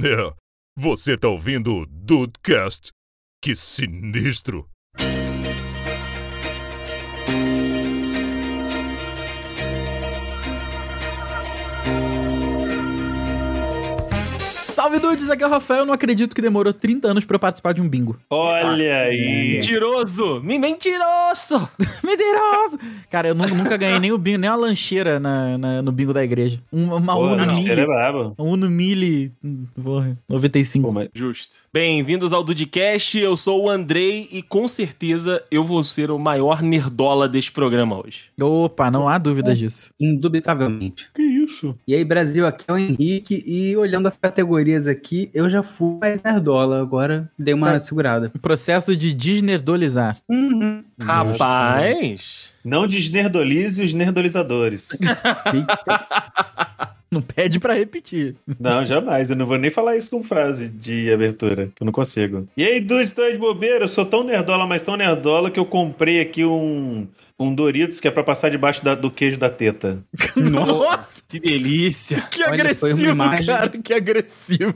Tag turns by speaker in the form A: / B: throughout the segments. A: É, você tá ouvindo o Dudecast? Que sinistro!
B: Salve dudes, aqui é o Rafael. Não acredito que demorou 30 anos pra eu participar de um bingo.
C: Olha aí.
D: Tipo,
E: Mentiroso! Me mentiroso!
B: Mentiroso! Cara, eu nu- nunca ganhei nem o bingo, nem a lancheira na, na- no bingo da igreja. Um- Uma,
C: Pô,
B: Uno
C: não, ele é
B: Mille.
C: brabo.
B: Um Uno Mille. hum, Porra, 95.
C: Pô, mas
E: Justo. Bem-vindos ao Dudcast, eu sou o Andrei e com certeza eu vou ser o maior nerdola deste programa hoje.
B: Opa, não há dúvidas disso.
D: Indubitavelmente.
C: que isso?
D: E aí, Brasil, aqui é o Henrique. E olhando as categorias aqui, eu já fui mais nerdola. Agora dei uma
B: Tá.
D: segurada.
B: Processo de desnerdolizar.
E: né?
D: Uhum.
E: Rapaz!
C: Não desnerdolize os nerdolizadores.
D: Eita.
B: Não pede pra repetir.
C: não, jamais. Eu não vou nem falar isso com frase de abertura. Eu não consigo. E aí, dudes, tá de bobeira? Eu sou tão nerdola, mas tão nerdola que eu comprei aqui um, um Doritos que é pra passar debaixo da- do queijo da teta.
B: Nossa,
E: Que delícia!
B: que
D: Olha, foi uma
B: agressivo,
D: imagem.
B: cara. Que agressivo.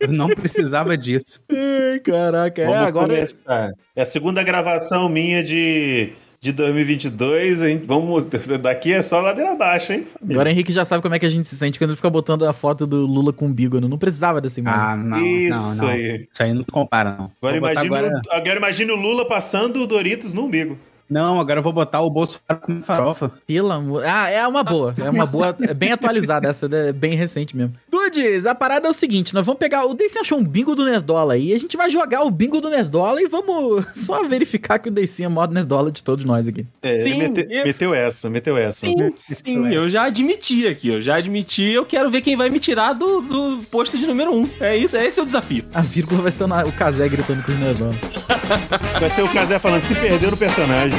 D: eu não precisava disso.
B: Ai, Caraca, é,
C: Vamos
B: agora.
C: começar. É a segunda gravação minha de, de 2022, hein? Vamos, daqui é só ladeira abaixo, hein?
B: Agora o Henrique já sabe como é que a gente se sente quando ele fica botando a foto do Lula com o bígono. Não precisava dessa imagem.
D: Ah, não.
C: Isso
D: não, não.
C: aí.
D: Isso aí não compara, não.
C: Agora
D: Vou botar
C: imagina,
D: agora-
C: O, agora imagina o Lula passando o Doritos no umbigo.
D: Não, agora eu vou botar o Bolsonaro com farofa.
B: Pelo amor. Ah, é uma boa. É uma boa. É bem atualizada essa. É bem recente mesmo. Dudes, a parada é o seguinte: nós vamos pegar. O Deicin achou um bingo do Nerdola aí. A gente vai jogar o bingo do Nerdola e vamos só verificar que o Deicin é o maior Nerdola de todos nós aqui.
C: É,
E: Sim,
C: ele mete-
E: eu-
C: meteu essa, meteu essa.
E: Sim, sim, eu já admiti aqui, eu já admiti, eu quero ver quem vai me tirar do, do posto de número 1. Um. É isso, é esse é o desafio.
B: A vírgula vai ser o na- o Kazé gritando com os Nerdola.
C: Vai ser o Casé falando, se perdeu no personagem.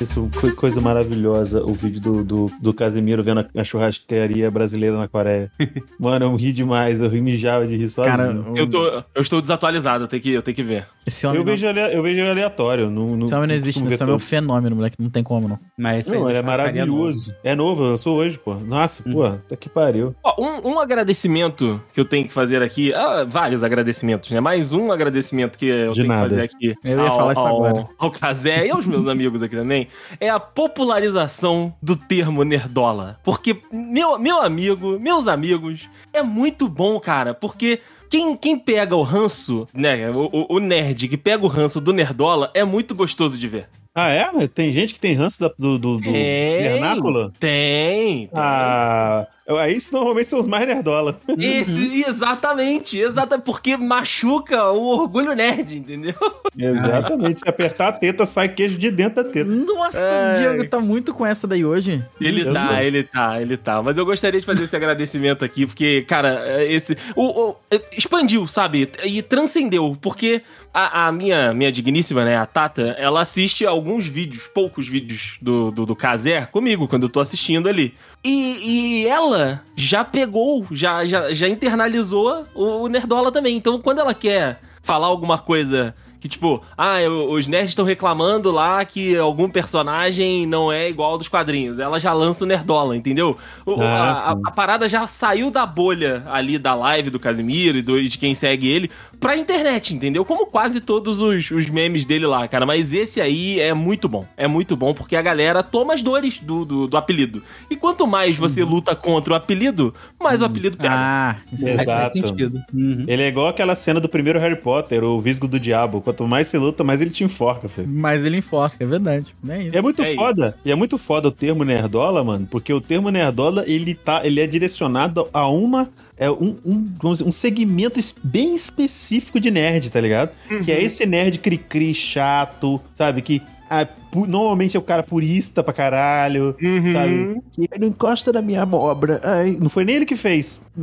C: Isso foi coisa maravilhosa, o vídeo do, do, do Casemiro vendo a churrascaria brasileira na Coreia. Mano, eu ri demais, eu ri mijava de rir sozinho.
B: Cara,
E: Eu, tô, eu estou desatualizado, eu tenho que, eu tenho que ver.
B: esse homem.
C: Eu
B: não-
C: vejo, ale- eu vejo aleatório. Não, não
B: Esse homem não existe,
C: costumo
B: né?
C: ver
B: esse homem é um
C: todo.
B: fenômeno, moleque. Não tem como, não.
D: Mas isso aí
C: Não, ele é
D: churrascaria não.
C: maravilhoso. É novo, eu sou hoje, pô. Nossa,
D: Hum.
C: pô, tá que pariu.
E: Ó, um, um agradecimento que eu tenho que fazer aqui, ah, vários agradecimentos, né? Mais um agradecimento que eu
C: De
E: tenho
C: nada.
E: que fazer aqui.
B: Eu ia falar isso agora.
E: Ao Cazé e aos meus amigos aqui também, é a popularização do termo nerdola. Porque, meu, meu amigo, meus amigos, é muito bom, cara, porque. Quem, quem pega o ranço, né? O, o- o nerd que pega o ranço do Nerdola é muito gostoso de ver.
C: Ah, é? Mas Tem gente que tem ranço da- do, do, do
E: Tem.
C: vernáculo?
E: Tem! tem.
C: Ah, eu- aí isso normalmente são os mais nerdola.
E: Esse, exatamente, exatamente, porque machuca o orgulho nerd, entendeu?
C: Exatamente. Se apertar a teta, sai queijo de dentro da teta.
B: Nossa, o
E: Ai.
B: Diego tá muito com essa daí hoje.
E: Ele
C: Eu
E: tá,
C: não.
E: ele tá, ele tá. Mas eu gostaria de fazer esse agradecimento aqui, porque, cara, é esse. O, o- expandiu, sabe? E transcendeu. Porque a, a minha, minha digníssima, né, a Tata, ela assiste alguns vídeos, poucos vídeos do, do, do Kazer comigo, quando eu tô assistindo ali. E, e ela já pegou, já, já, já internalizou o, o Nerdola também. Então, quando ela quer falar alguma coisa que, tipo, ah, eu- os nerds estão reclamando lá que algum personagem não é igual ao dos quadrinhos. Ela já lança o Nerdola, entendeu? O- o-
C: Ah,
E: a, a-
C: sim.
E: a parada já saiu da bolha ali da live do Casimiro e, do- e de quem segue ele pra internet, entendeu? Como quase todos os, os memes dele lá, cara. Mas esse aí é muito bom. É muito bom porque a galera toma as dores do, do, do apelido. E quanto mais
C: Uhum.
E: você luta contra o apelido, mais o apelido pega.
B: Ah, isso é
D: Aí
C: Exato.
D: faz sentido. Uhum.
C: Ele é igual aquela cena do primeiro Harry Potter, o Visgo do Diabo. Quanto mais você luta, mais ele te enforca, filho.
B: Mas ele enforca, é verdade. É isso.
C: É muito
E: É
C: foda. E é muito foda o termo nerdola, mano, porque o termo nerdola, ele, tá, ele é direcionado a uma. É um, um, vamos dizer, um segmento es- bem específico de nerd, tá ligado? Que é esse nerd cri-cri chato, sabe? Que. ah, pu- normalmente é o cara purista pra caralho, sabe? Que "Ai, não encosta na minha obra. Ai, não foi nem ele que fez.
E: É,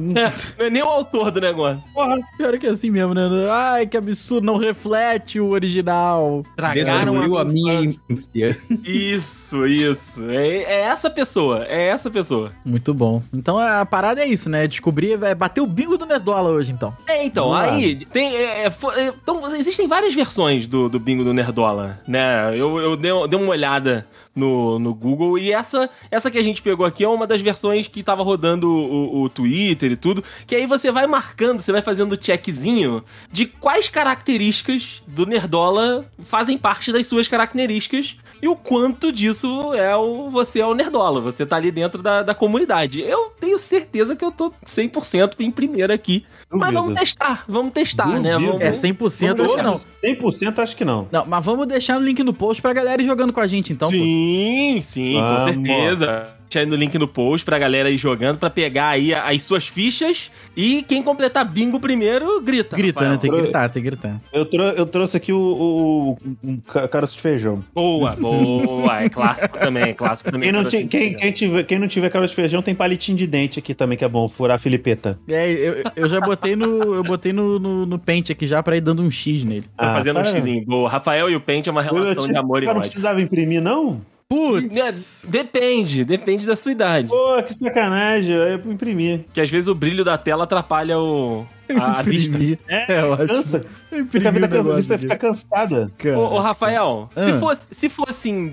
E: não é nem o autor do negócio.
C: Porra,
B: Pior que é assim mesmo, né? Ai, que absurdo, não reflete o original.
E: Tragaram
D: Destruiu a minha
E: infância.
D: infância.
E: Isso, isso. É, é essa pessoa. É essa pessoa.
B: Muito bom. Então a parada é isso, né? Descobrir, é bater o bingo do Nerdola hoje, então.
E: É, então,
C: Vamos lá.
E: aí tem. é, é, fo- é, então, existem várias versões do, do bingo do Nerdola, né? Eu, eu dei, dei uma olhada no, no Google e essa, essa que a gente pegou aqui é uma das versões que tava rodando o, o Twitter e tudo. Que aí você vai marcando, você vai fazendo checkzinho de quais características do Nerdola fazem parte das suas características e o quanto disso é o você é o Nerdola, você tá ali dentro da, da comunidade. Eu tenho certeza que eu tô 100% em primeiro aqui. Mas
C: duvido.
E: vamos testar, vamos testar, né?
C: Duvido.
B: É
E: Vamos...
B: 100%
C: Vamos
B: ou
C: deixar.
B: não.
C: 100% acho que não.
B: Não, mas vamos deixar o link no post pra galera ir jogando com a gente, então. pô.
E: sim, sim,
C: Vamos.
E: com certeza. Deixa aí no link no post pra galera ir jogando, pra pegar aí a- as suas fichas. E quem completar bingo primeiro, grita.
B: Grita,
E: Rafael.
B: né? Tem que gritar, tem que gritar.
C: Eu, trou- eu trouxe aqui o, o, o- um ca- caroço de feijão.
E: Boa, boa. É clássico também, é clássico também.
C: Quem não, ti-
B: assim,
E: Trouxe-
B: tá
C: quem, quem tiver, quem não tiver caroço de feijão tem palitinho de dente aqui também, que é bom, furar a filipeta.
B: É, eu, eu já botei no. Eu botei no, no, no paint aqui já pra ir dando um X nele.
E: Tô fazendo um
C: Ah, para.
E: xizinho. Boa. Rafael e o Pente é uma
C: Eu
E: relação
C: tinha-
E: de amor e
C: cara, não
E: ódio.
C: precisava imprimir, não?
B: Putz!
E: É, Depende, depende da sua idade.
C: Pô, que sacanagem, eu ia imprimir.
E: Porque às vezes o brilho da tela atrapalha o, a, a vista.
B: Imprimi.
C: Ah, É,
B: É ótimo.
C: Cansa,
B: Eu imprimi
C: fica a vida
B: o
C: cansa, a
B: negócio
C: vista
B: aqui.
C: fica cansada.
B: Cara.
E: Ô, ô, Rafael, se,
B: Ah.
E: fosse, se fosse em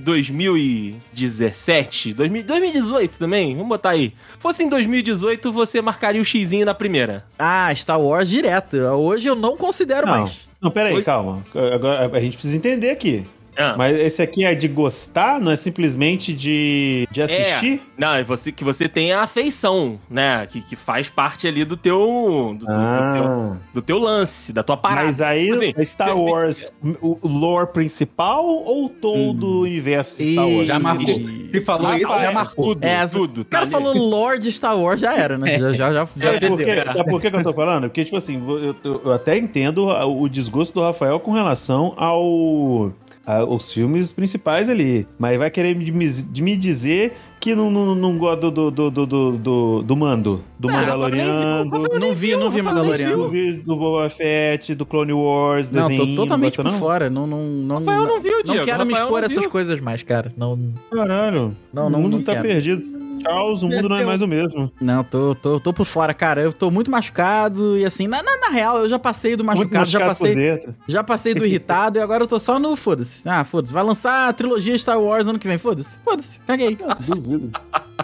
E: 2017, 2000 2018 também, vamos botar aí. Fosse em 2018, você marcaria o xizinho na primeira.
B: Ah, Star Wars direto. Hoje eu não considero
C: Não.
B: mais.
C: Não, pera aí,
E: Oi?
C: calma. Agora a gente precisa entender aqui.
E: Ah,
C: Mas esse aqui é de gostar, não é simplesmente de, de assistir?
E: Não, é você, que você tem a afeição, né? Que, que faz parte ali do teu, do, do- do teu.
C: Ah,
E: do teu lance, da tua parada.
C: mas aí
E: Assim,
C: é Star
E: você-
C: Wars, o o lore principal ou todo o universo de Star
B: Hum. Ih,
C: Wars?
D: Já marcou.
B: Ih.
D: Se falou
C: Ah,
D: isso,
C: tá,
D: já
C: é.
D: marcou.
E: Tudo,
B: É,
E: tudo.
B: O cara
E: tá
B: falou Lord Star Wars, já era, né? Já, já, já, já
C: É, Sabe por,
B: perdeu.
C: quê? Sabe por que que eu tô falando? Porque, tipo assim, vo- eu, eu- eu até entendo a- o desgosto do Rafael com relação ao. a- aos filmes principais ali. Mas vai querer me, me- de me dizer que não, não, não gosta do, do, do, do, do, do mando. Do Mandaloriano. do-
B: Não vi, não vi
C: Do,
B: Mandaloriano.
C: vi- do Boba Fett, do Clone Wars,
B: Não,
C: desenho.
B: tô totalmente
C: gosta,
B: por fora. Não, não, não,
E: Rafael não viu, Diego.
B: não quero me
E: Rafael
B: expor a
E: não
B: essas
E: viu.
B: coisas mais, cara. Não,
C: Caralho.
B: não,
C: o
B: não,
C: mundo
B: não
C: tá
B: quero.
C: perdido. Charles, o mundo não é mais o mesmo.
B: Não, tô, tô, tô por fora, cara. Eu tô muito machucado e assim, na, na, na real, eu já passei do machucado,
C: Muito machucado
B: já
C: por
B: passei,
C: dentro.
B: já passei do irritado e agora eu tô só no foda-se. Ah, foda-se. Vai lançar a trilogia Star Wars ano que vem. Foda-se. Foda-se. Caguei.
C: Duvido.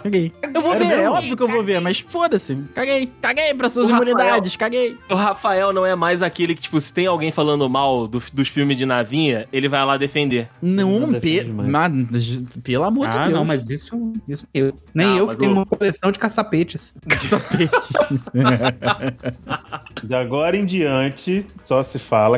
B: Caguei. Eu vou
C: Sério
B: ver, é
C: mesmo?
B: óbvio que eu vou ver, mas foda-se. Caguei. Caguei pra suas
E: O Rafael-
B: imunidades, caguei.
E: O Rafael não é mais aquele que, tipo, se tem alguém falando mal do- dos filmes de navinha, ele vai lá defender.
B: Não,
C: Nada
B: pe...
C: defende mais.
B: mas, pelo amor de
D: Ah,
B: Deus.
D: não, mas isso, isso eu. Nem
E: Ah,
D: eu
E: mas
D: que tenho
E: o-
D: uma coleção de caçapetes.
B: um Caçapete.
C: De agora em diante, só se fala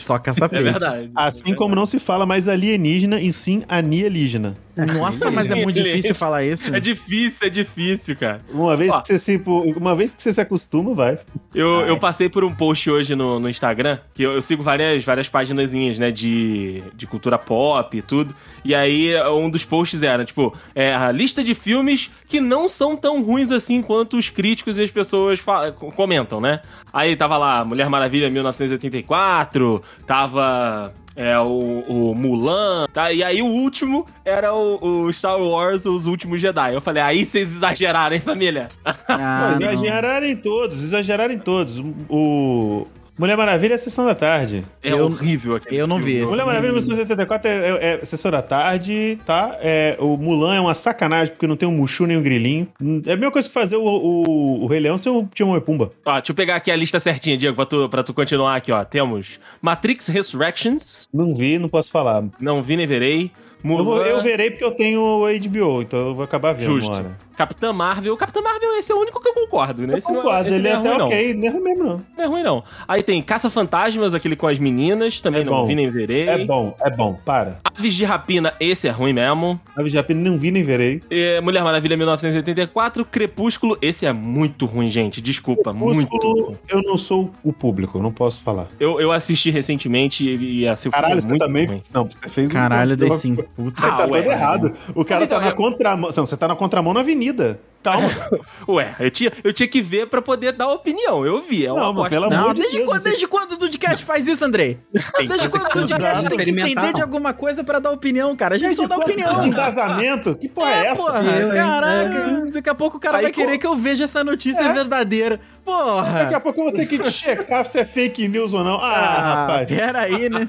B: Só
E: É
B: caçapete.
E: verdade.
C: Assim como não se fala mais alienígena, e sim anilígena.
B: Nossa, mas é muito
E: Ele-
B: difícil falar isso.
E: É difícil, é difícil, cara.
C: Uma vez,
E: Ó.
C: que, você se, uma vez que você se acostuma, vai.
E: Eu, eu passei por um post hoje no, no Instagram, que eu, eu sigo várias, várias paginazinhas, né, de, de cultura pop e tudo. E aí, um dos posts era, tipo, é, a lista de filmes que não são tão ruins assim quanto os críticos e as pessoas fa- comentam, né? Aí tava lá Mulher Maravilha 1984, tava é, o, o Mulan, tá? E aí o último era o, o Star Wars, Os Últimos Jedi. Eu falei, aí vocês exageraram, hein, família?
B: Ah,
C: é
B: não.
C: exageraram em todos, exageraram em todos. O Mulher Maravilha é Sessão da Tarde.
E: É
B: Eu-
E: horrível aquele
B: eu não vi
E: filme.
B: esse.
C: Mulher Maravilha 1984 é, é, é Sessão da Tarde, tá? É, o Mulan é uma sacanagem, porque não tem um Mushu nem um Grilinho. É a mesma coisa que fazer o, o, o Rei Leão sem o Timão e Pumba.
E: Ó, deixa eu pegar aqui a lista certinha, Diego, pra tu, pra tu continuar aqui, ó. Temos Matrix Resurrections,
C: Não vi, não posso falar.
E: não vi nem verei.
C: Eu, vou-
E: Mulan,
C: eu verei porque eu tenho o HBO, então eu vou acabar vendo
E: Justo.
C: agora.
E: Capitã Marvel. Capitã Marvel, esse é o único que eu concordo, né?
C: Eu
E: Esse não-
C: concordo,
E: esse
C: ele é
E: não
C: até
E: ruim, não.
C: ok, não é ruim mesmo, não.
E: Não é ruim, não. Aí tem Caça-Fantasmas, aquele com as meninas, também
C: É
E: não
C: bom.
E: vi nem verei.
C: É bom, é bom, para.
E: Aves de Rapina, esse é ruim mesmo.
C: A Japina não vi nem verei.
E: É, Mulher Maravilha 1984, Crepúsculo, esse é muito ruim, gente. Desculpa, É muito.
C: Músculo, eu não sou o público, eu não posso falar.
E: Eu, eu assisti recentemente e, e assim, o filme
C: Caralho,
E: é
C: você
E: muito
C: também.
E: ruim.
C: Não, você fez um-
B: Caralho, eu dei
C: uma-
B: sim. Puta.
C: Mas
E: Ah,
C: tá
E: ué.
C: todo errado. O cara
E: Mas então,
C: tá na
E: é-
C: contramão. Não, você tá na contramão na avenida. Calma.
E: Ué, eu tinha, eu tinha que ver pra poder dar opinião. Eu vi, é uma
C: Não, mas
E: aposta.
C: pelo amor
B: Não,
C: de
B: desde,
C: Deus,
B: quando,
C: você-
B: desde quando o Dudcast faz isso, Andrei? Desde quando o Dudcast tem que entender de alguma coisa pra dar opinião, cara? A gente só dá opinião.
C: De embasamento? Que porra é, essa?
B: Porra,
D: Eu, hein?
B: caraca, daqui a pouco o cara
E: Aí,
B: vai
E: pô-
B: querer que eu veja essa notícia
C: É.
B: verdadeira. Porra!
C: Daqui a pouco eu vou ter que checar se é fake news ou não. Ah, rapaz.
B: Pera aí, né?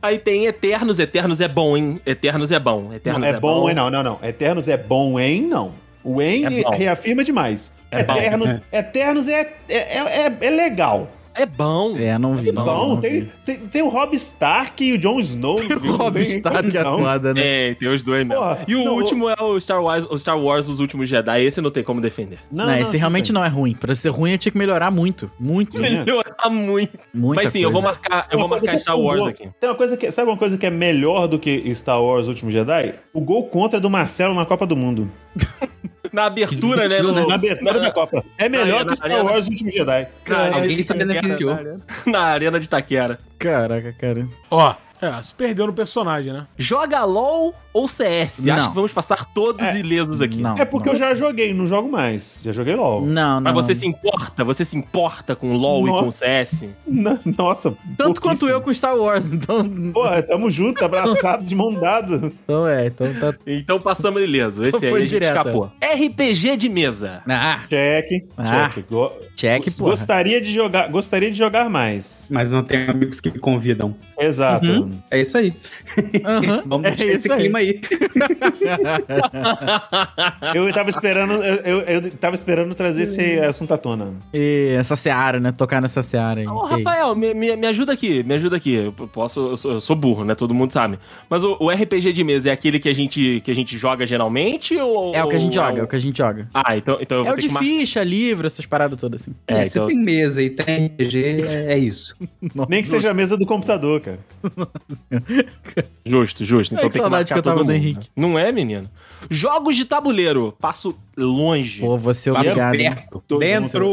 E: Aí tem Eternos, Eternos é bom, hein? Eternos é bom. Eternos
C: é, bom, hein? Não, não, não. Eternos é bom, hein? Não. O
E: É
C: hein
E: bom.
C: reafirma demais.
E: É bom.
C: Eternos, Eternos é, é, é, é- é legal.
E: É bom.
B: É, não vi.
C: Que
B: não,
C: bom.
B: não
C: tem,
B: vi.
C: tem, tem o Rob Stark e o Jon Snow.
B: O Rob Stark é foda, né?
E: É, tem os dois mesmo.
C: Porra,
E: e o
C: não,
E: último é o Star, Wars, o Star Wars Os Últimos Jedi. Esse não tem como defender.
B: Não, esse realmente não é ruim. Pra ser ruim, eu tinha que melhorar muito. Muito.
C: Sim.
E: Melhorar muito.
B: Muita
E: Mas sim, eu vou
B: coisa.
E: marcar, eu
C: É. Uma
E: vou
C: coisa que
E: marcar
C: é
E: Star
C: tão
E: Wars
C: boa.
E: aqui.
C: Tem uma coisa que, sabe uma coisa que é melhor do que Star Wars Último Jedi? O gol contra do Marcelo na Copa do Mundo.
E: Na abertura, né? no-
C: na abertura
E: na-
C: da Copa. É melhor
E: na
C: que Star
E: arena.
C: Wars Último Jedi.
E: Cara,
D: Alguém está
E: na,
D: beneficiou.
E: arena, na arena de Taquera.
B: Caraca, cara.
F: Ó, é, se perdeu no personagem, né?
E: Joga LOL ou CS? Acho
B: Não.
E: que vamos passar todos ilesos aqui.
B: Não,
C: é porque
B: não.
C: eu já joguei, não jogo mais. Já joguei LOL.
B: Não, não.
E: Mas você
B: não.
E: se importa? Você se importa com LOL e
C: Nossa.
E: com CS?
C: Na- Nossa.
B: Tanto quanto
C: pouquíssimo.
B: eu com Star Wars, então.
C: Porra, tamo junto, abraçado, de mão dada.
B: Então é, então tá.
E: Então passamos ileso. Esse
B: Foi
E: aí a gente
B: direto
E: escapou. RPG de mesa.
B: Ah,
C: Check,
B: Ah,
C: check. Go-
B: check,
C: gos-
B: porra.
C: gostaria de jogar, gostaria de jogar mais.
D: Mas não tem amigos que me convidam.
C: Exato.
B: Uhum.
D: É isso aí.
B: Aham,
D: Vamos
B: é
D: deixar esse
B: isso aí.
D: clima aí.
C: Eu tava esperando, eu, eu, eu tava esperando trazer esse assunto à tona.
B: E essa seara, né? Tocar nessa seara aí.
E: Ô,
B: Ei.
E: Rafael, me, me- me ajuda aqui, me ajuda aqui. Eu posso, eu sou, eu sou burro, né? Todo mundo sabe. Mas o, o RPG de mesa é aquele que a gente, que a gente joga geralmente ou
B: É o que a gente
E: ou
B: joga, é
E: o-
B: o que a gente joga.
E: Ah, então, então eu
B: É
E: vou
B: o
E: ter
B: de
E: que marcar.
B: ficha, livro, essas paradas todas assim.
E: É,
D: você
E: então-
D: tem mesa e tem RPG, é, é isso.
B: Nossa.
C: Nem que seja a mesa do computador, cara.
E: Justo, justo.
B: Ai,
E: Então
B: É que
E: tem que
B: saudade
E: marcar
B: que eu tava
E: todo
B: do
E: mundo.
B: Henrique.
E: Não é, menino? Jogos de tabuleiro. Passo longe.
B: Pô, você obrigado. hein?
D: perto,
C: Tô
D: dentro.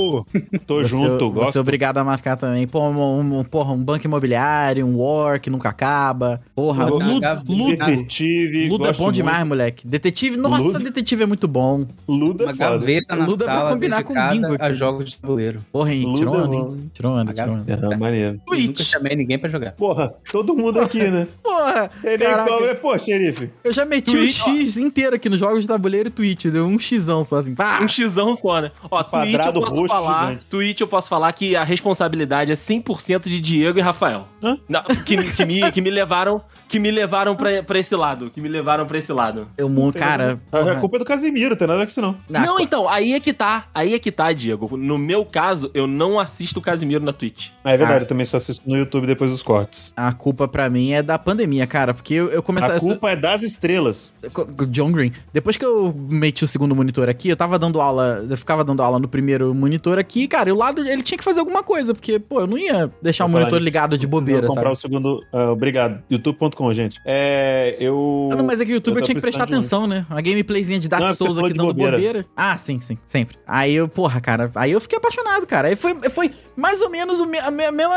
C: Tô
B: Você-
C: junto,
B: você
C: gosto.
B: obrigado a marcar também. Pô, um, um- porra, um banco imobiliário, um war que nunca acaba. Porra,
D: Ludo-
B: Ludo,
D: Ludo-
C: Detetive,
B: Ludo é
C: gosto
B: bom
C: muito.
B: demais, moleque. Detetive, nossa,
C: Ludo?
B: detetive é muito bom.
C: Ludo
D: Uma
C: é foda.
D: gaveta na
B: Ludo é pra
D: sala
B: combinar com
D: dedicada
B: bingo aqui.
D: a jogos de tabuleiro.
B: Porra, Henrique,
C: Ludo
B: tirou
C: é
B: onda,
C: bom.
B: hein? Tirou onda, tirou onda.
C: É, maneiro.
D: Eu
E: Twitch.
D: Nunca chamei ninguém pra jogar.
C: Porra, todo mundo aqui, né?
B: Porra,
C: Ele nem
B: Caraca.
C: cobra, pô, xerife.
B: eu já meti o
E: Twitch,
B: X inteiro aqui nos jogos de tabuleiro e Twitch. Deu um xão só assim. Pá!
E: Um xão só, né? Ó, Twitch eu
C: Um quadrado
E: posso
C: roxo
E: falar.
C: gigante.
E: Twitch eu posso falar que a responsabilidade é 100% de Diego e Rafael.
C: Hã?
E: Não, que, que me, que me levaram, que me levaram pra, pra esse lado, que me levaram pra esse lado.
B: Eu, mon- cara.
C: A
B: porra.
C: culpa é do Casimiro, não tem nada com isso não.
B: Na-
E: não, então, aí é que tá, aí é que tá, Diego. No meu caso, eu não assisto o Casimiro na Twitch.
C: Ah, É verdade, eu também só assisto no YouTube depois dos cortes.
B: A culpa pra mim é da pandemia, cara, porque eu, eu comecei.
C: A culpa é das estrelas.
B: Co- John Green. Depois que eu meti o segundo monitor aqui, eu tava dando aula, eu ficava dando aula no primeiro monitor aqui, cara, e o lado ele tinha que fazer alguma coisa, porque, pô, eu não ia deixar
C: Vou
B: o
C: falar
B: monitor
C: nisso.
B: ligado de bobeira,
C: Preciso comprar
B: sabe?
C: o segundo. ah, obrigado. youtube.com, gente. É. Eu.
B: Ah, não, mas é que o YouTube eu,
C: tô
B: tinha que prestar
C: precisando de um
B: atenção, né? Uma gameplayzinha de Dark
C: Não, é porque
B: Souls
C: você falou
B: aqui
C: de
B: dando bobeira.
C: bobeira.
B: Ah, sim, sim, sempre. Aí eu, porra, cara, aí eu fiquei apaixonado, cara. Aí foi, foi mais ou menos o me- a me- a mesma.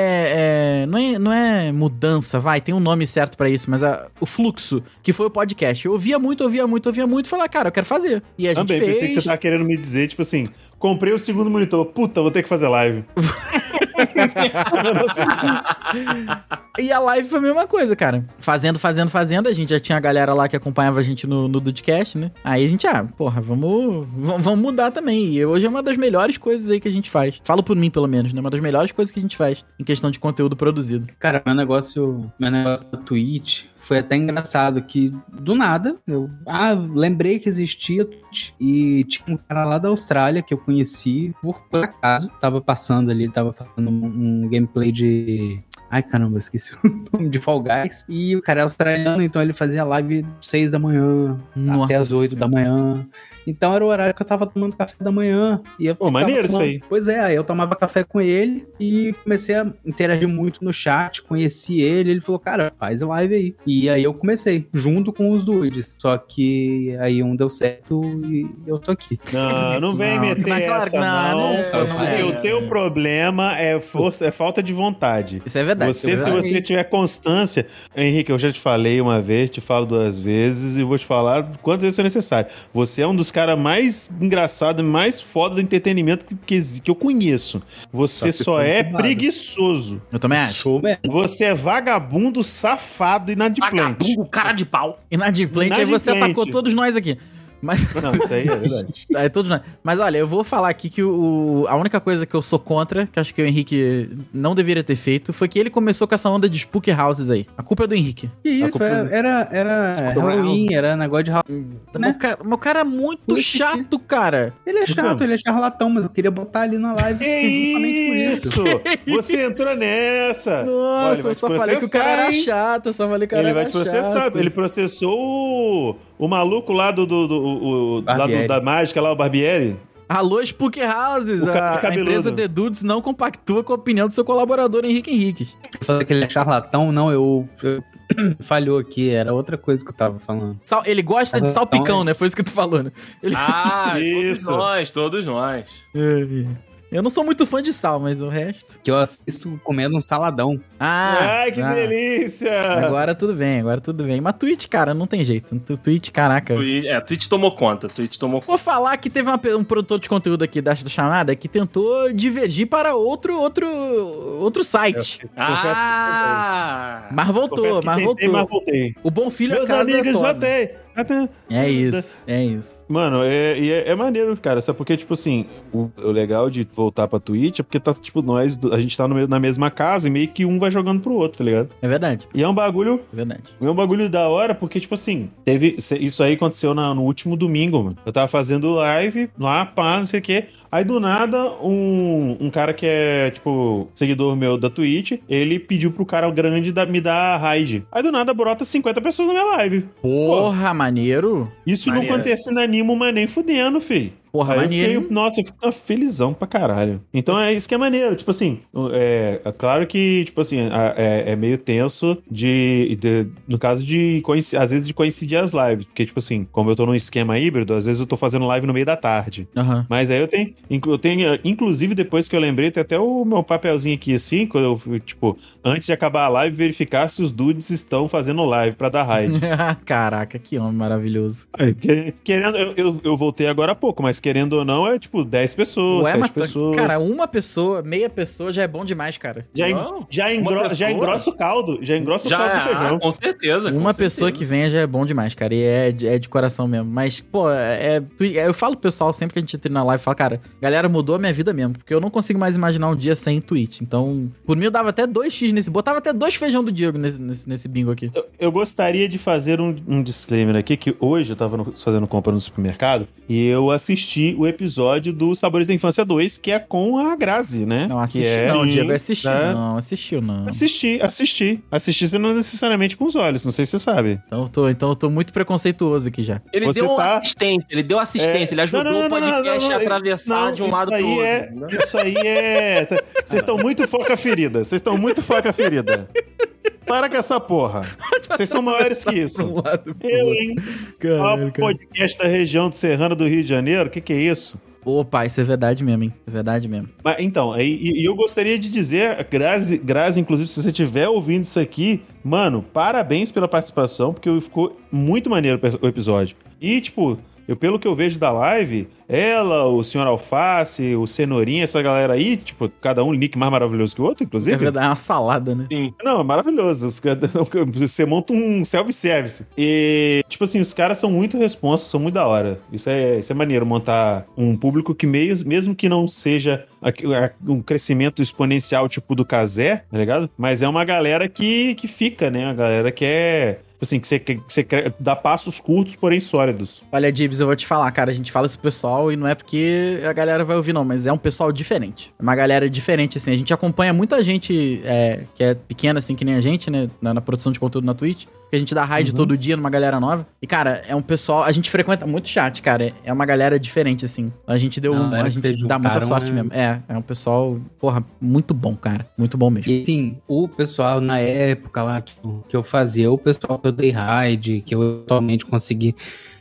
B: é, é, não, é, não é mudança, vai, tem um nome certo pra isso, mas a- o fluxo, que foi o podcast. Eu ouvia muito, ouvia muito, ouvia muito, e falei, ah, cara, eu quero fazer. E a gente
C: Também,
B: fez.
C: pensei que você tá tava querendo me dizer, tipo assim, comprei o segundo monitor. Puta, vou ter que fazer live. Eu não senti.
B: E a live foi a mesma coisa, cara. Fazendo, fazendo, fazendo. A gente já tinha a galera lá que acompanhava a gente no, no Dudcast, né? Aí a gente, ah, porra, vamos, vamos vamos mudar também. E hoje é uma das melhores coisas aí que a gente faz. Falo por mim, pelo menos, né? Uma das melhores coisas que a gente faz em questão de conteúdo produzido.
D: Cara, meu negócio, meu negócio da Twitch foi até engraçado que do nada eu ah, lembrei que existia Twitch e tinha um cara lá da Austrália que eu conheci por, por acaso, tava passando ali, tava fazendo um, um gameplay de Ai caramba, eu esqueci o nome de Fall Guys. E o cara é australiano, então ele fazia live seis da manhã, até as 8 da manhã. Então era o horário que eu tava tomando café da manhã. E eu
C: Pô, maneiro
D: ficava tomando-
C: isso
D: Pois é, aí eu tomava café com ele e comecei a interagir muito no chat, conheci ele, ele falou, cara, faz live aí. E aí eu comecei, junto com os dudes. Só que aí um deu certo e eu tô aqui.
C: Não, não vem
D: Não,
C: meter
B: mas claro que
C: essa
B: não,
C: não,
B: não
D: foi, não
C: porque
D: é.
C: o teu problema é, força, é falta de vontade.
B: Isso é verdade. isso é
C: Você, se
B: verdade.
C: você tiver constância, Henrique, eu já te falei uma vez, te falo duas vezes e vou te falar quantas vezes for necessário. Você é um dos caras mais engraçados, mais foda do entretenimento que, que, exi- que eu conheço. Você
D: Tá
C: só
D: ficando
C: é
D: de lado.
C: preguiçoso.
B: Eu também acho.
D: Sou mesmo.
C: Você é vagabundo, safado e inadimplente.
E: Vagabundo, cara de pau.
B: Inadimplente, aí você
C: Inadimplente.
B: atacou todos nós aqui. Mas,
C: Não, isso aí é verdade.
B: aí todos nós. Mas olha, eu vou falar aqui que o, a única coisa que eu sou contra, que acho que o Henrique não deveria ter feito, foi que ele começou com essa onda de Spooky Houses aí. A culpa é do Henrique.
D: Que isso,
C: culpa-
D: era, era, era Desculpa, Halloween, House. era negócio de Halloween. Né?
B: Meu, cara, meu cara é muito
D: Puxa,
B: chato, cara.
D: Ele é chato,
C: Desculpa.
D: ele é charlatão, mas eu queria botar ali na live
C: Que isso? Você entrou nessa. Olha, ele
B: Nossa,
C: vai
B: eu
C: te
B: só falei que o cara
C: processar,
B: era
C: hein?
B: chato, eu só falei que o cara
C: ele vai
B: era
C: te processar.
B: chato.
C: Ele processou o, o maluco lá do, do- do- o- o- lá do-
D: Barbieri.
C: da mágica, lá, o Barbieri.
B: Alô, Spook Houses,
C: O cara é
B: a, a
C: cabeludo.
B: empresa The Dudes não compactua com a opinião do seu colaborador Henrique Henrique.
D: Falei que ele é charlatão, não, eu, eu- falhou aqui, era outra coisa que eu tava falando.
B: Sal- ele gosta de
C: Ah,
D: Então,
B: salpicão,
D: é.
B: né? Foi isso que tu falou, né?
E: Ah,
C: Isso.
E: todos nós, todos nós.
C: É,
B: Eu não sou muito fã de sal, mas o resto.
D: Que eu assisto comendo um saladão.
B: Ah!
C: Ai, que
B: ah.
C: delícia!
B: Agora tudo bem, agora tudo bem. Mas Twitch, cara, não tem jeito. Tu- Twitch, caraca.
E: Twi- É, Twitch tomou conta, Twitch tomou conta.
B: Vou falar que teve uma pe- um produtor de conteúdo aqui da chamada que tentou divergir para outro outro outro site.
C: Confesso
E: Ah!
B: Mas voltou,
C: Confesso que
B: mas
C: tentei,
B: voltou.
C: mas voltei.
B: O bom filho
C: Meus
B: a casa
C: amigos,
B: toma.
C: voltei.
B: É isso, é isso.
C: Mano, é, e é, é maneiro, cara. Sabe porque, tipo assim, o, o legal de voltar pra Twitch é porque tá, tipo, nós, do- a gente tá no meio- na mesma casa e meio que um vai jogando pro outro, tá ligado?
B: É verdade,
C: E é um bagulho
B: é verdade.
C: É um bagulho da hora, porque, tipo assim, teve. se- Isso aí aconteceu na- no último domingo, mano. Eu tava fazendo live lá, pá, não sei o quê. Aí do nada, um, um cara que é, tipo, seguidor meu da Twitch, ele pediu pro cara grande da- me dar raid. Aí do nada brota 50 pessoas na minha live.
B: Porra, maneiro.
C: Isso
E: Maneiro.
C: não acontece na Nimo, mas nem fudendo, fi.
B: Porra,
C: Aí eu
B: maneiro.
C: fiquei- nossa, eu fico felizão pra caralho. Então é isso que é maneiro. Tipo assim, é, é claro que, tipo assim, a- é, é meio tenso de, de- No caso de. coinci- Às vezes de coincidir as lives. Porque, tipo assim, como eu tô num esquema híbrido, às vezes eu tô fazendo live no meio da tarde.
B: Aham.
C: Mas aí eu tenho, inclu- eu tenho, inclusive depois que eu lembrei, tem até o meu papelzinho aqui assim, quando eu, fui, tipo, antes de acabar a live, verificar se os dudes estão fazendo live pra dar raid.
B: Caraca, que homem maravilhoso.
C: Aí, É, que- Querendo, eu, eu, eu voltei agora há pouco, mas querendo ou não, é tipo 10 pessoas,
B: Ué,
C: 7
B: mas tá-
C: pessoas.
B: Cara, uma pessoa, meia pessoa já é bom demais, cara.
C: já, en-
E: Não,
C: já, engro-
E: pessoa?
C: já engrossa o caldo. Já engrossa o
E: já,
C: caldo do
E: ah,
C: feijão.
E: com certeza. com
B: Uma pessoa que
E: certeza.
B: venha já é bom demais, cara. E é, de- é de coração mesmo. Mas, pô, é, Twi- eu falo pro pessoal sempre que a gente entra na live, fala, cara, galera, mudou a minha vida mesmo. Porque eu não consigo mais imaginar um dia sem Twitch. Então, por mim, eu dava até 2x nesse. Botava até dois feijão do Diego nesse, nesse, nesse bingo aqui.
C: Eu, eu gostaria de fazer um, um disclaimer aqui, que hoje eu tava no- fazendo compra no supermercado e eu assisti o episódio do Sabores da Infância 2, que é com a Grazi, né?
B: Não,
C: Que
B: assistiu
C: é-
B: não, Diego. Assistiu
C: né?
B: não, assistiu não.
C: Assisti, assisti. Assisti você não necessariamente com os olhos, não sei se você sabe.
B: Então eu tô, então, eu tô muito preconceituoso aqui já.
E: Ele
C: Você
E: deu
C: tá- É.
E: assistência, ele deu assistência, ele ajudou
C: Não, não, não,
E: o podcast
C: não, não, não,
E: a
C: não,
E: atravessar
C: não,
E: de um
C: isso
E: lado
C: aí
E: pro outro.
C: é-
E: né?
C: Isso aí é. tá- Vocês estão muito foca ferida. Vocês estão muito foca ferida. Para com essa porra. Vocês são maiores que
B: Pra um
C: isso.
B: lado e pro
C: Eu,
B: outro.
C: hein?
B: Caralho, cara.
C: Ó, podcast da região de Serrana do Rio de Janeiro. O que, que é isso?
B: Opa, isso é verdade mesmo, hein? É verdade mesmo.
C: Mas, então, e, e eu gostaria de dizer, Grazi, Grazi, inclusive, se você estiver ouvindo isso aqui, mano, parabéns pela participação, porque ficou muito maneiro o episódio. E, tipo, eu, pelo que eu vejo da live, ela, o senhor Alface, o Cenourinha, essa galera aí, tipo, cada um nick mais maravilhoso que o outro, inclusive.
B: É verdade, é uma salada, né?
C: Não, é maravilhoso. Os caras- você monta um self-service. E, tipo assim, os caras são muito responsos, são muito da hora. Isso é, isso é maneiro, montar um público que, meio, mesmo que não seja aqui- a- um crescimento exponencial tipo do Kazé, tá ligado? Mas é uma galera que, que fica, né? Uma galera que é. tipo Assim, que você, que você cre- dá passos curtos, porém sólidos.
B: Olha, Dibs, eu vou te falar, cara, a gente fala esse pessoal e não é porque a galera vai ouvir, não, mas é um pessoal diferente. É uma galera diferente, assim. A gente acompanha muita gente é, que é pequena, assim, que nem a gente, né? Na, na produção de conteúdo na Twitch. que a gente dá raid
D: Uhum.
B: todo dia numa galera nova. E, cara, é um pessoal. A gente frequenta muito chat, cara. É uma galera diferente, assim. A gente deu.
D: Não,
B: a
D: eles
B: gente
D: se
B: dá muita
D: juntaram,
B: sorte
D: é-
B: mesmo. É, é um pessoal, porra, muito bom, cara. Muito bom mesmo.
D: E assim, o pessoal na época lá que, que eu fazia, o pessoal que eu dei raid, que eu atualmente consegui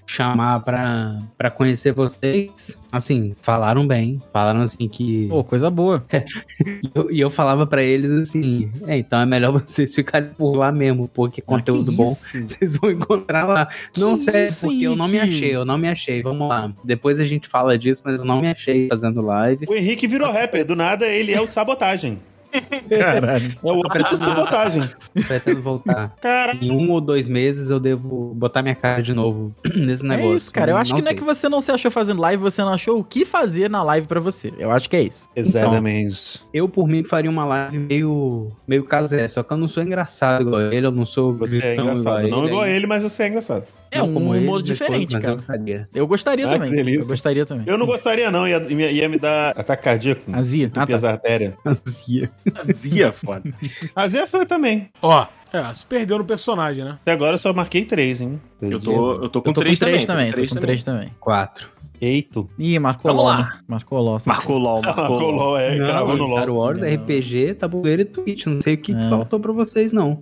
D: chamar pra, pra conhecer vocês, assim, falaram bem. Falaram assim que.
B: Pô, coisa boa.
D: E eu, e eu falava pra eles assim: é, então é melhor vocês ficarem por lá mesmo, porque conteúdo
B: Ah, Que
D: bom
B: isso?
D: vocês vão encontrar lá. não,
B: Que
D: sério,
B: isso,
D: porque eu não me
B: Ike?
D: achei, eu não me achei. Vamos lá. Depois a gente fala disso, mas eu não me achei fazendo live.
C: O Henrique virou rapper. Do nada, ele é o sabotagem.
B: Caralho.
C: É o ato sabotagem.
D: Pretendo voltar.
C: Caralho.
D: Em um ou dois meses eu devo botar minha cara de novo nesse negócio.
B: é isso, cara. Eu acho que não é
D: sei.
B: que você não se achou fazendo live, você não achou o que fazer na live pra você. Eu acho que é isso.
C: Exatamente.
D: Eu, por mim, faria uma live meio, meio casé, só que eu não sou engraçado igual ele, eu não sou
C: Você é
D: gritão
C: engraçado. Não igual a
D: aí.
C: ele, mas você é engraçado.
B: É
D: Não
B: um
D: como ele,
B: humor
D: mas-
B: diferente,
D: mas eu
B: cara.
D: gostaria.
B: Eu gostaria
C: Ah, que
B: também. Eu
C: delícia.
B: gostaria também.
C: Eu não gostaria, não. Ia, ia, ia me dar ataque cardíaco.
B: Azia. Ah,
C: Entupir
B: tá.
C: as artérias.
D: Fazia.
E: Fazia, foda.
C: Mas eu fui também.
F: Ó, é, se perdeu no personagem, né?
C: Até agora eu só marquei três, hein?
E: Eu tô, eu tô com
B: Eu tô
E: três
B: com três
E: também.
B: também. Tô com três também.
D: Quatro.
C: Eito.
B: Ih, marcou
E: Vamos
B: LOL.
E: lá.
B: né? Marcou LOL. sabe?
E: Marcou LOL, marcou
C: Marcou
E: LOL.
C: LOL, é. Cravou no
D: Não, Star
C: LOL.
D: Wars,
B: Não.
D: RPG, tabuleiro e Twitch. Não sei o que que
B: É.
D: faltou pra vocês, não.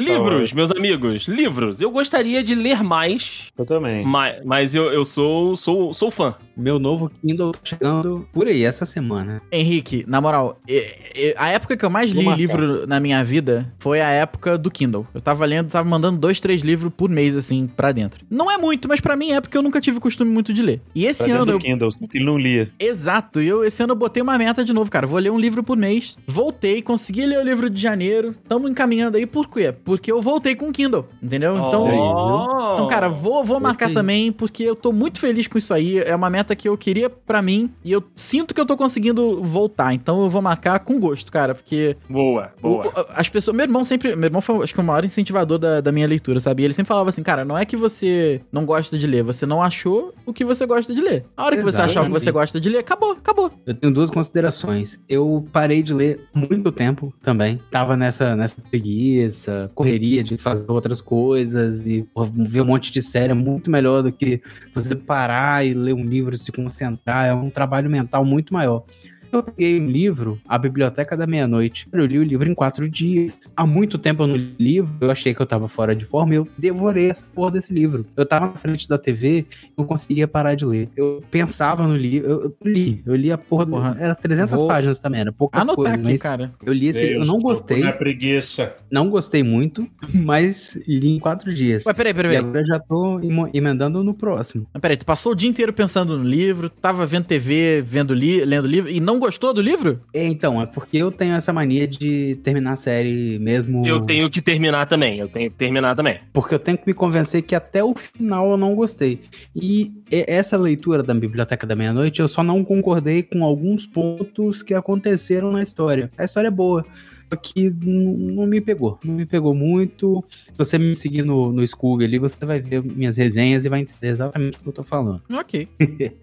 E: Livros, meus amigos, livros. Eu gostaria de ler mais,
C: Eu também.
B: Hum,
E: mas, mas eu, eu sou, sou, sou fã.
D: Meu novo Kindle tá chegando por aí essa semana.
B: Henrique, na moral, e- e- a época que eu mais
C: Vou
B: li
C: marcar.
B: livro na minha vida foi a época do Kindle. Eu tava lendo, tava mandando dois, três livros por mês, assim, pra dentro. Não é muito, mas pra mim é porque eu nunca tive costume muito de ler. E esse
C: Tá dentro
B: ano
C: do
B: eu
C: Kindle, só que ele não lia.
B: Exato, e eu esse ano eu botei uma meta de novo, cara. Vou ler um livro por mês. Voltei, consegui ler o livro de janeiro. Tamo encaminhando aí por quê? Porque eu voltei com o Kindle, entendeu? Então,
E: Oh.
B: então cara, vou, vou marcar
D: Gostei.
B: também, porque eu tô muito feliz com isso aí. É uma meta que eu queria pra mim e eu sinto que eu tô conseguindo voltar. Então eu vou marcar com gosto, cara, porque
E: Boa, boa.
B: o- o- as pessoas. Meu irmão sempre. Meu irmão foi, acho que, o maior incentivador da, da minha leitura, sabe? E ele sempre falava assim, cara, não é que você não gosta de ler, você não achou o que você gosta de ler. A hora que você achar o que
D: Exatamente.
B: você gosta de ler, acabou, acabou.
D: Eu tenho duas considerações. Eu parei de ler muito tempo também. Tava nessa, nessa preguiça, correria de fazer outras coisas e pô, ver um monte de série é muito melhor do que você
B: Uhum.
D: parar e ler um livro, se concentrar. É um trabalho mental muito maior. Eu peguei um livro, A Biblioteca da Meia-Noite. Eu li o livro em quatro dias. Há muito tempo eu não li livro, eu achei que eu tava fora de forma e eu devorei essa porra desse livro. Eu tava na frente da TV, eu conseguia parar de ler. Eu pensava no livro, eu, eu li, eu li a porra, do.
B: Porra,
D: Era 300
B: vou
D: páginas também, era pouca
B: Anotar
D: coisa, né?
B: aqui,
D: mas
B: cara.
D: eu li esse livro, eu não gostei,
C: Na preguiça.
D: não gostei muito, mas li em quatro dias.
B: Ué, peraí, peraí,
D: E
B: peraí.
D: agora eu já tô emo- emendando no próximo.
B: Mas Peraí, tu passou o dia inteiro pensando no livro, tava vendo TV, vendo li lendo livro, e não gostou do livro?
D: É, Então, é porque eu tenho essa mania de terminar a série mesmo.
E: Eu tenho que terminar também, eu tenho que terminar também.
D: Porque eu tenho que me convencer que até o final eu não gostei. E e- essa leitura da Biblioteca da Meia-Noite, eu só não concordei com alguns pontos que aconteceram na história. A história é boa, só que n- não me pegou. Não me pegou muito. Se você me seguir no, no Scooby ali, você vai ver minhas resenhas e vai entender exatamente o que eu tô falando.
B: Ok.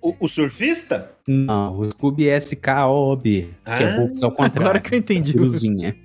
C: O, o surfista?
D: Não, o Scooby é S-K-O-B, que é
C: Ah,
D: Volks ao contrário.
B: Agora que eu entendi.
D: Tá,
B: É.
D: Cruzinha.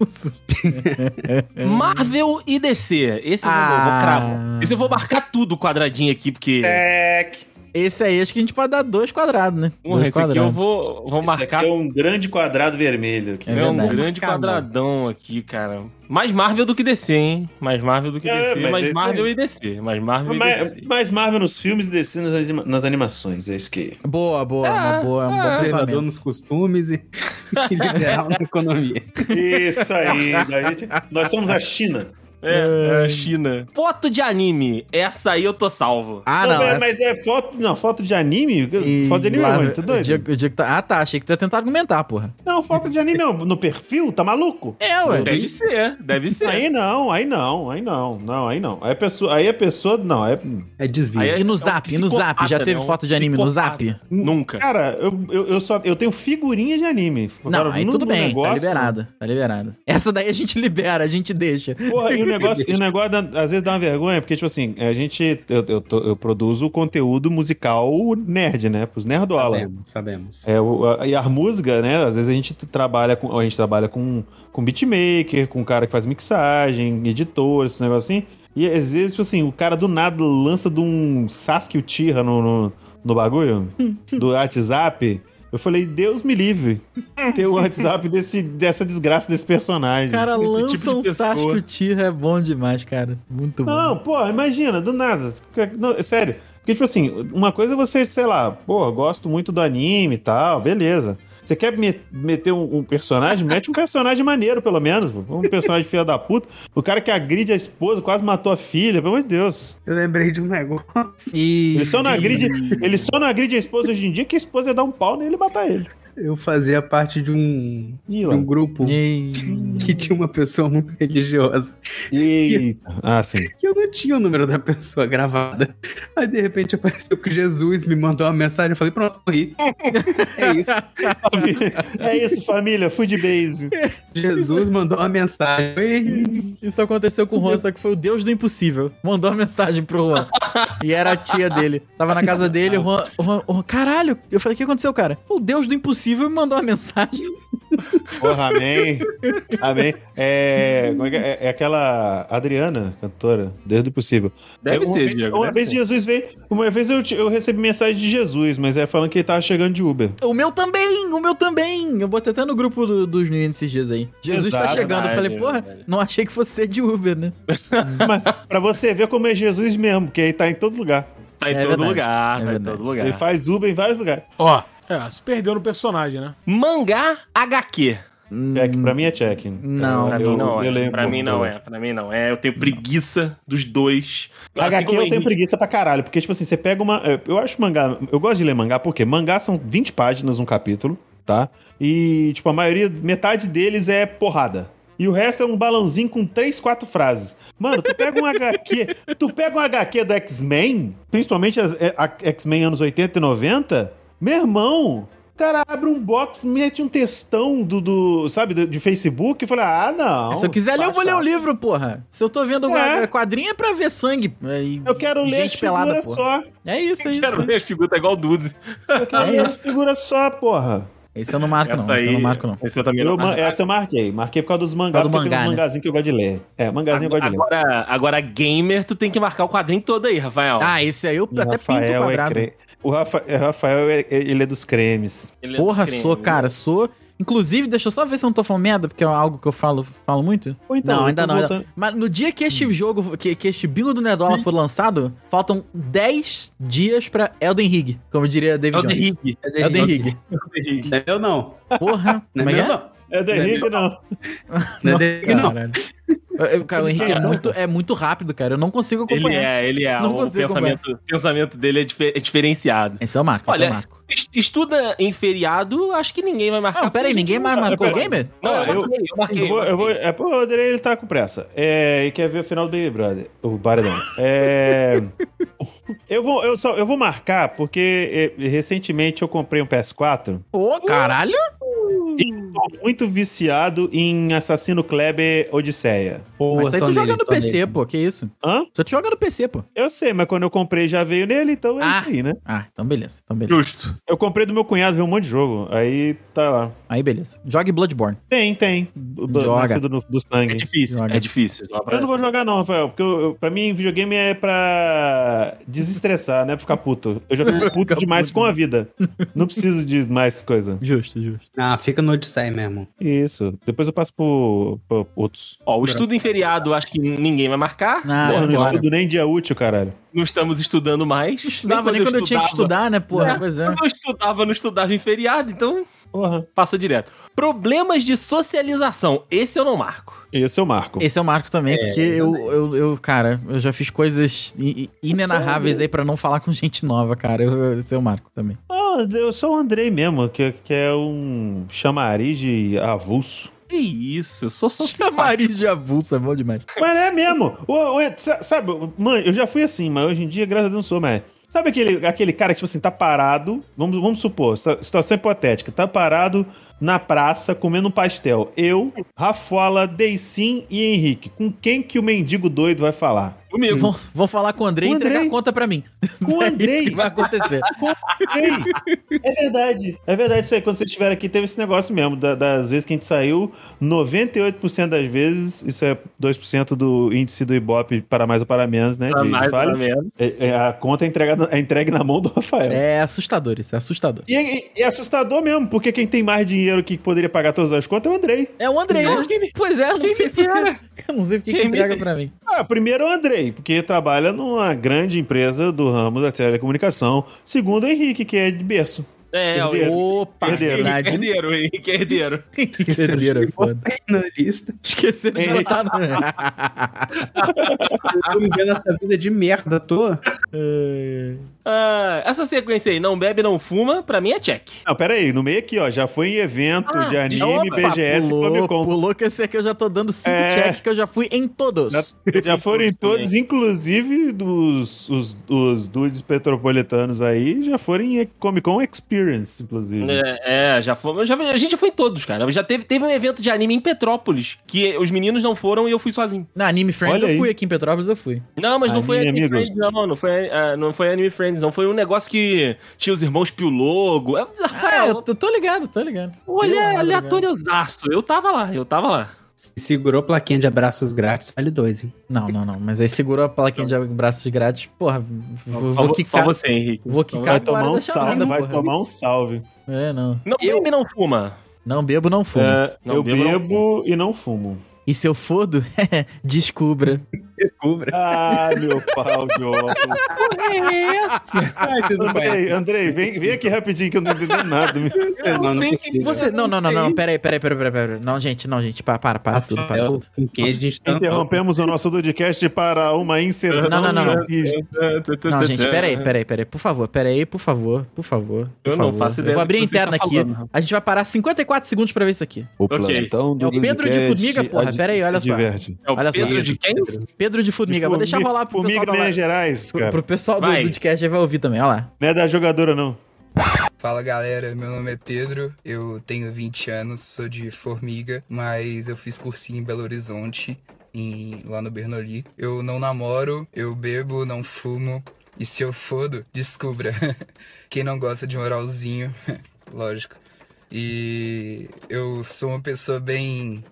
E: Marvel e DC. Esse eu vou- eu
B: Ah.
E: vou cravo. Esse eu vou marcar tudo quadradinho aqui, porque.
C: É. Tec.
B: Esse aí acho que a gente pode dar dois quadrados, né?
E: Porra,
B: dois
E: esse aqui eu vou, vou
C: Isso
E: marcar.
C: aqui é um grande quadrado vermelho. Aqui.
B: É
E: É, um
B: verdade.
E: grande
D: Marcar,
E: quadradão aqui, cara. Mais Marvel do que DC, hein? Mais Marvel do que
C: É,
E: DC,
C: mas é
E: mais
C: isso
E: Marvel
C: aí.
E: e DC. Mais Marvel e
C: Mas,
E: DC.
C: mas Marvel nos filmes e DC nas, anima- nas animações. É isso que.
B: Boa, boa, uma
E: Ah,
B: boa, um bom
E: ah.
D: Conservador
B: pensamento.
D: nos costumes e, e liberal na economia.
C: Isso aí. a gente- nós somos a China.
E: É, é, China. Foto de anime. Essa aí eu tô salvo.
B: Ah,
C: Não,
B: não.
C: é-
B: essa-
C: mas é foto. Não, foto de anime?
B: E
C: Foto de anime
B: lá-
C: é onde? Você é
B: o
C: doido?
B: dia- o dia que tá- Ah, tá. Achei que tu ia tentar argumentar, porra.
C: Não, foto de anime é no perfil? Tá maluco?
B: É, ué.
E: Deve ser, deve ser.
C: Aí não, aí não, aí não, não, aí não. Aí a pessoa, aí a pessoa não, é
D: É desvio.
E: Aí é-
B: E no
E: um
B: zap, e no zap?
E: psicopata,
B: Já teve
E: né? Um
B: foto de anime no
E: psicopata.
B: zap?
E: Nunca.
B: É
C: Cara, eu, eu, eu só eu tenho figurinha de anime.
B: Não,
C: Agora,
B: aí
C: no-
B: tudo
C: no
B: bem, tá
C: negócio-
B: liberado, tá liberado. Essa daí a gente libera, a gente deixa.
C: Porra, e o negócio, e o negócio dá- às vezes dá uma vergonha, porque, tipo assim, a gente. Eu, eu, tô- eu produzo conteúdo musical nerd, né? Pros nerdola.
D: Sabemos, sabemos.
C: É, o- a- e a música, né? Às vezes a gente t- trabalha com. A um gente trabalha com, com beatmaker, com cara que faz mixagem, editor, esse negócio assim. E às vezes, tipo assim, o cara do nada lança de um Sasuke Uchiha no, no, no bagulho, do WhatsApp. Eu falei, Deus me livre. Ter o WhatsApp desse, dessa desgraça desse personagem.
B: O cara lança
E: tipo de
B: um
E: pessoa.
B: Sasuke Uchiha é bom demais, cara. Muito bom.
C: Não, pô, imagina, do nada. Não, é sério. Porque, tipo assim, uma coisa é você, sei lá, pô, eu gosto muito do anime e tal, beleza. Você quer me- meter um, um personagem? Mete um personagem maneiro, pelo menos. pô. Um personagem filha da puta. O cara que agride a esposa, quase matou a filha, pelo amor de Deus.
D: Eu lembrei de um negócio.
B: E...
E: é
C: Ele só
E: um
C: não agride, ele só não agride a esposa hoje em dia que a esposa ia dar um pau nele e matar ele.
D: Eu fazia parte de um,
C: Ih,
D: de
C: lá.
D: um grupo
B: E...
D: que tinha uma pessoa muito religiosa.
C: Eita. Ah, sim.
D: E eu não tinha o número da pessoa gravada. Aí de repente apareceu que Jesus me mandou uma mensagem. Eu falei, pronto, morri. É isso.
C: É isso, família. Fui de base.
D: Jesus mandou uma mensagem. Ei,
B: Isso aconteceu com o Juan, só que foi o Deus do impossível. Mandou uma mensagem pro Juan. E era a tia dele. Tava na casa dele, o Juan, o Juan, o Juan- Caralho! Eu falei, o que aconteceu, cara? O Deus do impossível me mandou uma mensagem.
C: Porra, amém. Amém. É, como é, que é? É aquela Adriana, cantora, desde o possível.
E: Deve
C: É, uma
E: ser,
C: vez,
E: Diego.
C: Uma
E: deve
C: vez
E: ser.
C: Jesus veio. Uma vez eu, te- eu recebi mensagem de Jesus, mas é falando que ele tava chegando de Uber.
B: O meu também! O meu também! Eu botei até no grupo do- dos meninos esses dias aí. Jesus tá
C: Exato,
B: chegando. Eu falei,
E: verdade,
B: porra,
E: verdade.
B: não achei que fosse ser de Uber, né?
C: mas, pra você ver como é Jesus mesmo, que ele tá em todo lugar.
E: Tá em
B: É
E: todo
B: verdade, é
E: lugar, tá em
B: verdade.
E: todo lugar.
C: Ele faz Uber em vários lugares.
F: Ó, é, se perdeu no personagem, né?
E: Mangá HQ.
C: Check, pra mim é check.
B: Não.
E: Pra
C: Eu-
E: mim não
C: eu
E: é.
C: lembro
E: Pra mim não
C: do-
E: é. Pra mim não é. Eu tenho preguiça dos dois.
C: HQ eu
E: Assim como é o
C: tenho
E: Henrique-
C: preguiça pra caralho, porque, tipo assim, você pega uma. Eu acho mangá. Eu gosto de ler mangá, porque mangá são 20 páginas um capítulo, tá? E, tipo, a maioria, metade deles é porrada. E o resto é um balãozinho com três, quatro frases. Mano, tu pega um HQ. Tu pega um HQ do X-Men, principalmente as é, a- X-Men anos 80 e 90, meu irmão. O cara abre um box, mete um textão do, do sabe, do- de Facebook e fala: Ah, não.
B: Se eu quiser ler, eu vou ler
C: o
B: o livro, porra. Se eu tô vendo
C: É.
B: é. quadrinho é pra ver sangue. é, e
C: Eu quero ler
B: gente pelada,
C: figura
B: porra.
C: só.
B: É isso, é isso.
E: Quero ver as figuras tá igual o Dudes.
C: Eu quero
B: É
C: ler
B: isso.
C: figura só, porra.
B: Esse eu não marco, não.
E: Essa
B: Esse eu
E: aí. é
B: não marco, não.
E: Esse eu também
C: Eu é,
E: não.
C: man- essa eu marquei. Marquei por causa dos mangás,
B: Por causa do
C: porque tem
B: mangá,
C: uns
B: né?
C: mangazinhos que eu gosto de ler. É, mangazinho eu gosto de ler.
E: Agora, agora, gamer, tu tem que marcar o quadrinho todo aí, Rafael.
B: Ah, esse aí eu
C: E
B: até pinto o
C: é
B: quadrado.
C: cre- o Rafa- é, Rafael, é- ele é dos cremes.
E: Ele é
B: Porra,
E: descrente,
B: sou,
E: né?
B: cara, sou. Inclusive, deixa eu só ver se eu não tô falando merda, porque é algo que eu falo, falo muito.
C: Ou então,
B: não, ainda
C: eu tô
B: não. ainda-
C: voltando-
B: Mas no dia que este jogo, que, que este bingo do Nerdola for lançado, faltam 10 dias pra Elden Ring, como diria
E: É o
B: David
E: The
B: Jones.
E: Rig.
D: é de-
B: Elden Ring.
D: Não é eu não.
B: Porra,
D: Não
B: como
D: é
B: é que
D: meu
B: é?
D: não.
C: É The Rick,
B: tá
C: não.
D: Não é de- que não.
B: Caralho. Eu- eu- Cara, o Henrique é muito, é muito rápido, cara. Eu não consigo
E: Ele
B: acompanhar.
E: é, ele é.
B: Não
E: o
B: consigo
E: pensamento, o pensamento dele é, dife- é diferenciado.
B: Esse é o Marco, esse é
E: Olha,
B: o Marco.
E: Es- Estuda em feriado, acho que ninguém vai marcar.
B: Não, pera aí,
E: porque
B: ninguém
E: não
B: mais
E: tá-
B: marcou o
C: pera-
B: gamer?
E: Não,
C: Ah,
E: eu
C: eu-
E: marquei, eu marquei.
C: Eu vou, eu vou,
E: marquei.
C: é, pô, o Adriano, ele tá com pressa. É, e quer ver o final do Big Brother. O Baredão. É, eu, vou, eu, só, eu vou marcar, porque é, recentemente eu comprei um PS4
B: Ô, caralho!
C: Tô muito viciado em Assassino Kleber Odisseia.
D: Pô,
B: Mas isso aí
D: tô
B: tu joga
D: nele,
B: no
D: tô
B: PC,
D: nele.
B: pô, que isso?
C: Hã?
B: Só tu joga no PC, pô.
C: Eu sei, mas quando eu comprei já veio nele, então é
B: Ah.
C: isso aí, né?
B: Ah, então beleza, então beleza.
E: Justo.
C: Eu comprei do meu cunhado, veio um monte de jogo. Aí tá lá.
B: Aí beleza. Jogue Bloodborne.
C: Tem, tem. B- b-
B: Joga.
C: Nascido no- do
E: É
C: sangue.
E: difícil,
B: Joga.
E: é difícil. Só pra-
C: Eu não vou jogar não, Rafael, porque eu, eu- pra mim videogame é pra desestressar, né? Pra ficar puto. Eu já fico puto
B: Ficar
C: demais
B: puto.
C: com a vida. Não preciso de mais coisa.
B: Justo, justo.
D: Ah, fica no Odisseia mesmo.
C: Isso. Depois eu passo por, por outros.
E: Ó, o estudo em feriado, acho que ninguém vai marcar.
B: Ah,
C: Porra, não
B: agora.
C: estudo nem dia útil, caralho.
E: Não estamos estudando mais.
B: Não estudava nem quando eu, tinha que estudar, né, porra? Pois é.
E: Quando eu estudava, não estudava em feriado, então
C: Porra.
E: passa direto. Problemas de socialização. Esse eu não marco.
C: Esse eu marco.
B: Esse é o Marco também, porque eu, eu, eu, cara, eu já fiz coisas i- i- inenarráveis aí pra não falar com gente nova, cara. Eu- eu- Esse é o Marco também.
C: Ah, eu sou o Andrei mesmo, que, que é um chamariz de avulso.
E: Que isso, eu sou socialista.
B: Chamariz de avulso, é bom demais.
C: Mas é mesmo. O- o- sa- sabe, mãe, eu já fui assim, mas hoje em dia, graças a Deus, não sou mais. Sabe aquele, aquele cara que, tipo assim, tá parado, vamos, vamos supor, sa- situação hipotética, tá parado na praça comendo um pastel. Eu, Rafola, Deicim e Henrique. Com quem que o mendigo doido vai falar?
E: Comigo.
B: Vão, vão falar com o Andrei e
C: Com o
B: entregar a
C: Andrei.
B: conta pra mim.
C: Com o
B: É isso
C: Andrei.
B: que vai acontecer.
C: Ei, é verdade. É verdade isso aí. Quando vocês estiveram aqui, teve esse negócio mesmo. da- das vezes que a gente saiu, 98% das vezes, isso é 2% do índice do Ibope para mais ou para menos, né?
E: Pra
C: de- de
E: mais,
C: falha.
E: pra menos.
C: É- é a conta é, entregada, é entregue na mão do Rafael.
B: É assustador isso, é assustador.
C: E é, é assustador mesmo, porque quem tem mais dinheiro que poderia pagar todas as contas é o Andrei.
B: É o Andrei,
E: Não,
B: né? Pois é, eu não
E: quem
B: sei
E: me
B: porque.
E: dera.
B: Eu não sei porque
E: Quem
B: que
E: me
B: entrega
E: dera.
B: pra mim.
C: Ah, primeiro é o Andrei, porque trabalha numa grande empresa do ramo da telecomunicação. Segundo, é o Henrique, que é de berço.
E: É, o
C: Herdeiro.
B: Opa,
C: Herdeiro. é
B: verdade.
E: herdeiro, o Henrique é herdeiro.
B: Esqueceram de
D: Esqueceram
B: foda.
D: na lista.
B: Esqueceram de
C: Henrique.
B: botar. no-
D: Eu tô vivendo essa vida de merda à toa.
B: É.
E: Ah, essa sequência aí, não bebe, não fuma, pra mim é check.
C: Não, pera aí, no meio aqui, ó, já foi em evento de anime,
B: Ah, Opa,
C: BGS e Comic
B: pulou,
C: Con.
B: pulou que esse aqui eu já tô dando cinco
C: É.
B: check que eu já fui em todos.
C: Já- Já foram em todos, inclusive dos os, os dudes petropolitanos aí, já foram em Comic Con Experience, inclusive.
E: É, é, já fomos. já- a gente já foi em todos, cara. Já teve, teve um evento de anime em Petrópolis, que os meninos não foram e eu fui sozinho.
B: Na Anime Friends
C: Olha
B: eu
C: aí.
B: fui aqui em Petrópolis, eu fui.
E: Não, mas não foi
C: Anime
E: Anime
C: Amigos.
E: Friends, não. Não foi, ah, não foi Anime Friends, não. Foi um negócio que tinha os irmãos Pio Logo. É,
B: Ah, eu né?
E: Rafael,
B: tô, tô ligado, tô ligado.
E: olha,
B: Eu-
E: aleatóriozaço. Eu tava lá, eu tava lá.
D: Se segurou a plaquinha de abraços grátis, vale dois, hein?
B: Não, não, não. Mas aí segurou a plaquinha de braços grátis. Porra, vou,
E: Só,
B: vou
E: vo- só
B: quicar.
E: você, Henrique.
B: Vou quicar
C: Vai
B: fora
C: tomar
B: da
C: um
B: chamada,
C: salve, vai
B: porra.
C: tomar um salve.
B: É, não.
E: Não bebe, não fuma.
B: Não bebo, não fumo.
C: É,
E: Não
C: eu
E: bebo, não
C: bebo e não fumo.
B: E se eu for do, descubra.
D: Descubra.
C: Ah, meu pau de óculos.
D: Ai, vocês não conhecem.
C: Andrei, Andrei, vem, vem aqui rapidinho que eu não entendi nada.
D: Eu não
E: sei
D: consigo.
B: Você. Não, não, não, não. Peraí, peraí, peraí, peraí. peraí. Não, gente, não, gente. Para, para, para tudo, para
D: Rafael,
B: tudo.
D: Ah, com quem a gente tá
C: Interrompemos o nosso podcast para uma inserção.
B: Não, não, não, não.
C: E-
B: Não, gente, peraí, peraí, peraí. Por favor, peraí, por favor, por favor. por
E: né? Eu não
B: favor.
E: faço ideia
B: Eu vou
E: do
B: abrir a
E: que você
B: interna
E: está
B: aqui.
E: falando.
B: A gente vai parar 54 segundos pra ver isso aqui.
A: O
E: Ok.
A: plantão do
B: É o Pedro de
A: Ludcast
B: Formiga, porra,
A: ad-
B: pera aí,
A: se
B: olha só.
A: diverte.
E: É o
B: Olha só.
E: Pedro de quem?
B: Pedro de Formiga. Vou deixar rolar pro
C: Formiga
B: pessoal
C: de
B: da
C: Minas
B: live.
C: Gerais,
B: Pro,
C: cara.
B: pro pessoal do,
E: Vai.
B: do podcast aí vai ouvir também, olha lá.
C: Não é da jogadora, não.
G: Fala galera, meu nome é Pedro, eu tenho 20 anos, sou de Formiga, mas eu fiz cursinho em Belo Horizonte, em- lá no Bernoulli. Eu não namoro, eu bebo, não fumo, e se eu fodo, descubra. Quem não gosta de moralzinho, lógico. E eu sou uma pessoa bem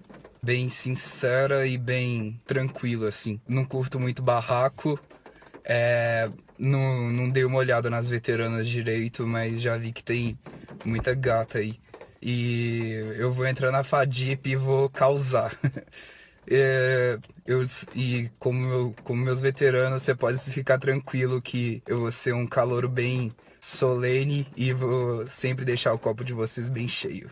G: bem sincera e bem tranquila assim. Não curto muito barraco. É, não, não dei uma olhada nas veteranas direito, mas já vi que tem muita gata aí. E eu vou entrar na Fadip e vou causar. É, eu, e como, eu- como meus veteranos, você pode ficar tranquilo que eu vou ser um calouro bem solene e vou sempre deixar o copo de vocês bem cheio.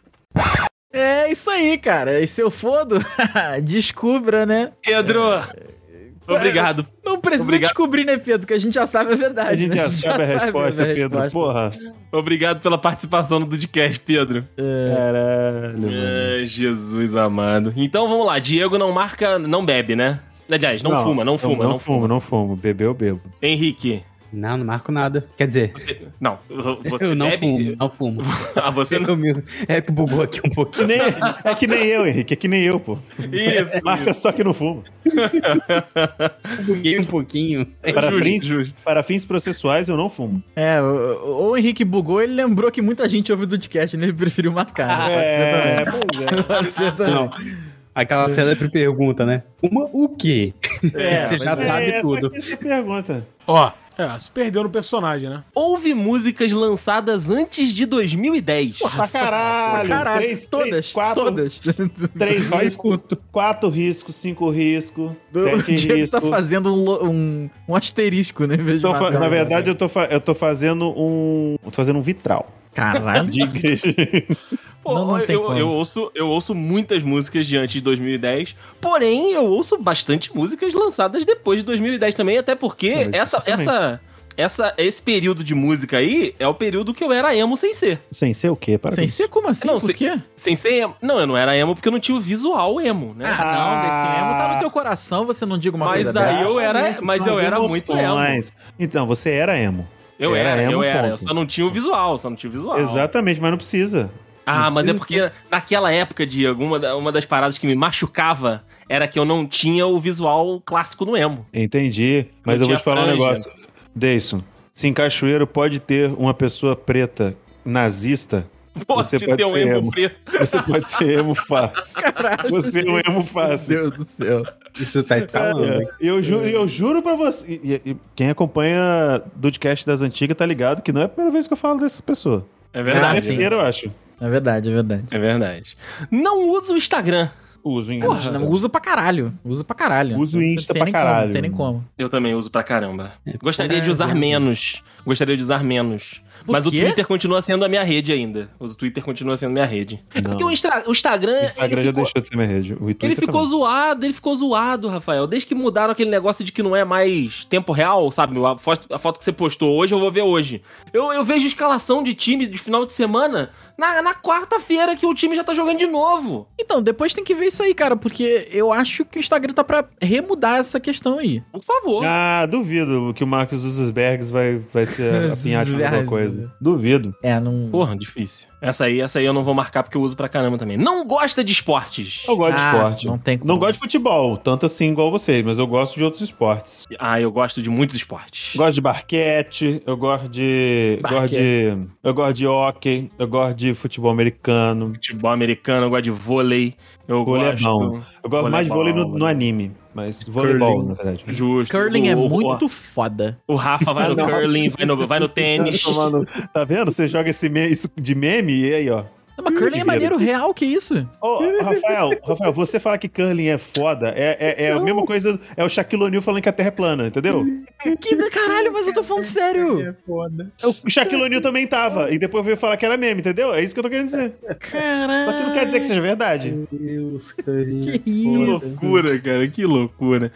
B: É isso aí, cara. E se eu for do, descubra, né?
E: Pedro!
B: é,
E: Obrigado.
B: Não precisa
E: Obrigado.
B: descobrir, né, Pedro? Que a gente já sabe a verdade.
C: A gente
B: né?
C: já sabe a resposta,
B: né, a
C: Pedro.
B: resposta.
C: Porra.
E: Obrigado pela participação no podcast, Pedro.
C: Caralho, mano.
E: Ai, Jesus amado. Então vamos lá, Diego não marca, não bebe, né? Aliás, não, fuma, não fuma, não,
C: Não fumo,
E: fuma.
C: não fumo. Bebeu, bebo.
E: Henrique,
D: Não, não marco nada. Quer dizer,
E: você- não, você
D: eu não
E: bebe?
D: fumo, não fumo.
E: Ah, você não.
D: Eu me- É que bugou aqui um
C: Que
D: pouquinho.
C: nem- é que nem eu, Henrique. É que nem eu, pô.
E: É Isso.
C: Marca só que não fumo.
D: Buguei um pouquinho.
C: Para,
E: justo,
C: fins,
E: justo.
C: para fins processuais, eu não fumo.
B: É, o, o Henrique bugou, ele lembrou que muita gente ouve do podcast, né? Ele preferiu marcar. né?
C: É, pois é.
B: Pode ser também.
D: Não. Aquela célebre pergunta, né? Uma o quê?
B: É,
D: Você já
B: mas é.
D: sabe
C: essa
D: tudo.
C: aqui é essa pergunta.
F: Ó, é, se perdeu no personagem, né?
E: Houve músicas lançadas antes de 2010.
C: Pra caralho.
B: Caralho,
C: três,
B: todas,
C: três, quatro,
B: todas.
C: Três
D: Só
C: riscos,
D: escuto.
C: quatro riscos, cinco riscos,
B: o
C: sete
B: Diego tá
C: riscos.
B: fazendo um, lo- um, um asterisco, né? em vez de
C: Tô fa-
B: marcar
C: na
B: um-
C: verdade, eu tô, fa- eu tô fazendo um. Eu tô fazendo um vitral
B: Caralho.
C: de igreja.
E: Pô,
B: Não, não
E: eu,
B: tem como.
E: eu ouço, eu ouço muitas músicas de antes de 2010, porém eu ouço bastante músicas lançadas depois de 2010 também, até
C: Não,
E: porque
C: mas
E: essa,
C: também.
E: essa, essa, esse período de música aí é o período que eu era emo sem ser.
C: Sem ser o quê? Para
B: Sem ser como assim?
E: não,
B: Por
E: sem,
B: quê?
E: sem ser emo. Não, eu não era emo porque eu não tinha o visual emo, né?
B: Ah, não, desse emo tá no teu coração, você não diga uma
E: Mas
B: coisa
E: aí
B: dessa.
E: eu era- mas eu era muito emo.
C: Então, você era emo.
E: eu
C: era
E: era,
C: emo,
E: eu era. Eu
C: ponto.
E: só não tinha o visual, só não tinha o visual.
C: Exatamente, mas não né? precisa.
E: Ah,
D: Não
E: mas é
D: precisa.
E: porque naquela época, Diego, uma, da- uma das paradas que me machucava era que eu não tinha o visual clássico no emo.
C: Entendi, mas
E: Não
C: eu vou
E: tinha
C: te falar um
E: franja.
C: negócio. Deison, se em Cachoeiro pode ter uma pessoa preta nazista,
E: Pode
C: Você pode
E: ter um
C: ser
E: emo,
C: emo.
E: preto.
C: você pode ser emo fácil. Você é um emo fácil.
B: Meu Deus do céu.
D: Isso tá escalando.
C: É, eu, ju eu juro pra você. e- e- e quem acompanha Dudcast das antigas tá ligado que não é a primeira vez que eu falo dessa pessoa.
E: É
C: É a
B: Ah,
E: verdade.
B: sim.
C: terceira, eu acho.
B: É verdade, é verdade.
E: É verdade. Não usa o Instagram.
C: Uso em
B: Porra, não, uso pra caralho. Uso pra caralho.
C: Uso
B: Não
C: Insta
B: tem
C: pra
B: nem como,
C: caralho.
B: Não tem nem como.
E: Eu também uso pra caramba.
C: É,
E: Gostaria de
C: tá
E: usar
D: caramba.
E: menos. Gostaria de usar menos.
B: Por
E: Mas
B: quê?
E: o Twitter continua sendo a minha rede ainda. O Twitter continua sendo minha rede. É porque o, Instra- o Instagram.
C: O Instagram
E: ele
C: já
E: ficou,
C: deixou de ser minha rede. O Twitter
E: ele ficou
C: também.
E: zoado, ele ficou zoado, Rafael. Desde que mudaram aquele negócio de que não é mais tempo real, sabe? A foto, a foto que você postou hoje, eu vou ver hoje. Eu, eu vejo escalação de time de final de semana na, na quarta-feira que o time já tá jogando de novo.
B: Então, depois tem que ver isso aí, cara, porque eu acho que o Instagram tá pra remudar essa questão aí.
E: Por favor.
C: Ah, duvido que o Marcos Zuckerberg vai, vai ser apinhado de alguma
B: Zuckerberg.
C: coisa. Duvido.
B: É, não.
E: Porra, difícil. Essa aí, essa aí eu não vou marcar porque eu uso pra caramba também. Não gosta de esportes.
C: Eu
B: Ah,
C: gosto de esporte.
B: Não
C: Não,
B: tem como.
C: gosto de futebol, tanto assim igual vocês, mas eu gosto de outros esportes.
E: Ah, eu gosto de muitos esportes.
C: Gosto de basquete, eu gosto de. Gosto de. Eu gosto de hockey, eu gosto de futebol americano.
E: Futebol americano, eu gosto de vôlei. Eu
C: Vôlei é
E: gosto.
C: bom. Eu gosto mais de vôlei
E: Voleibol,
C: no, no
E: né?
C: anime, mas voleibol, na verdade.
E: Justo.
B: Curling
E: O-
B: é
E: o-
B: muito foda.
E: O, Rafa vai no
D: Não.
E: curling, vai no, vai no tênis.
C: Tá vendo? Você joga esse me- isso de meme e aí, ó.
B: Não, mas curling é maneiro real, que isso?
C: Ô, Rafael, Rafael, você falar que curling é foda é, é, é a mesma coisa. É o Shaquille O'Neal falando que a Terra é plana, entendeu?
B: Que da caralho, mas eu tô falando sério.
D: foda.
C: O Shaquille O'Neal também tava. E depois veio falar que era meme, entendeu? É isso que eu tô querendo dizer.
B: Caralho.
C: Só que não quer dizer que seja verdade.
D: Deus,
E: é
D: carinho.
B: Que isso?
E: loucura, cara, que loucura.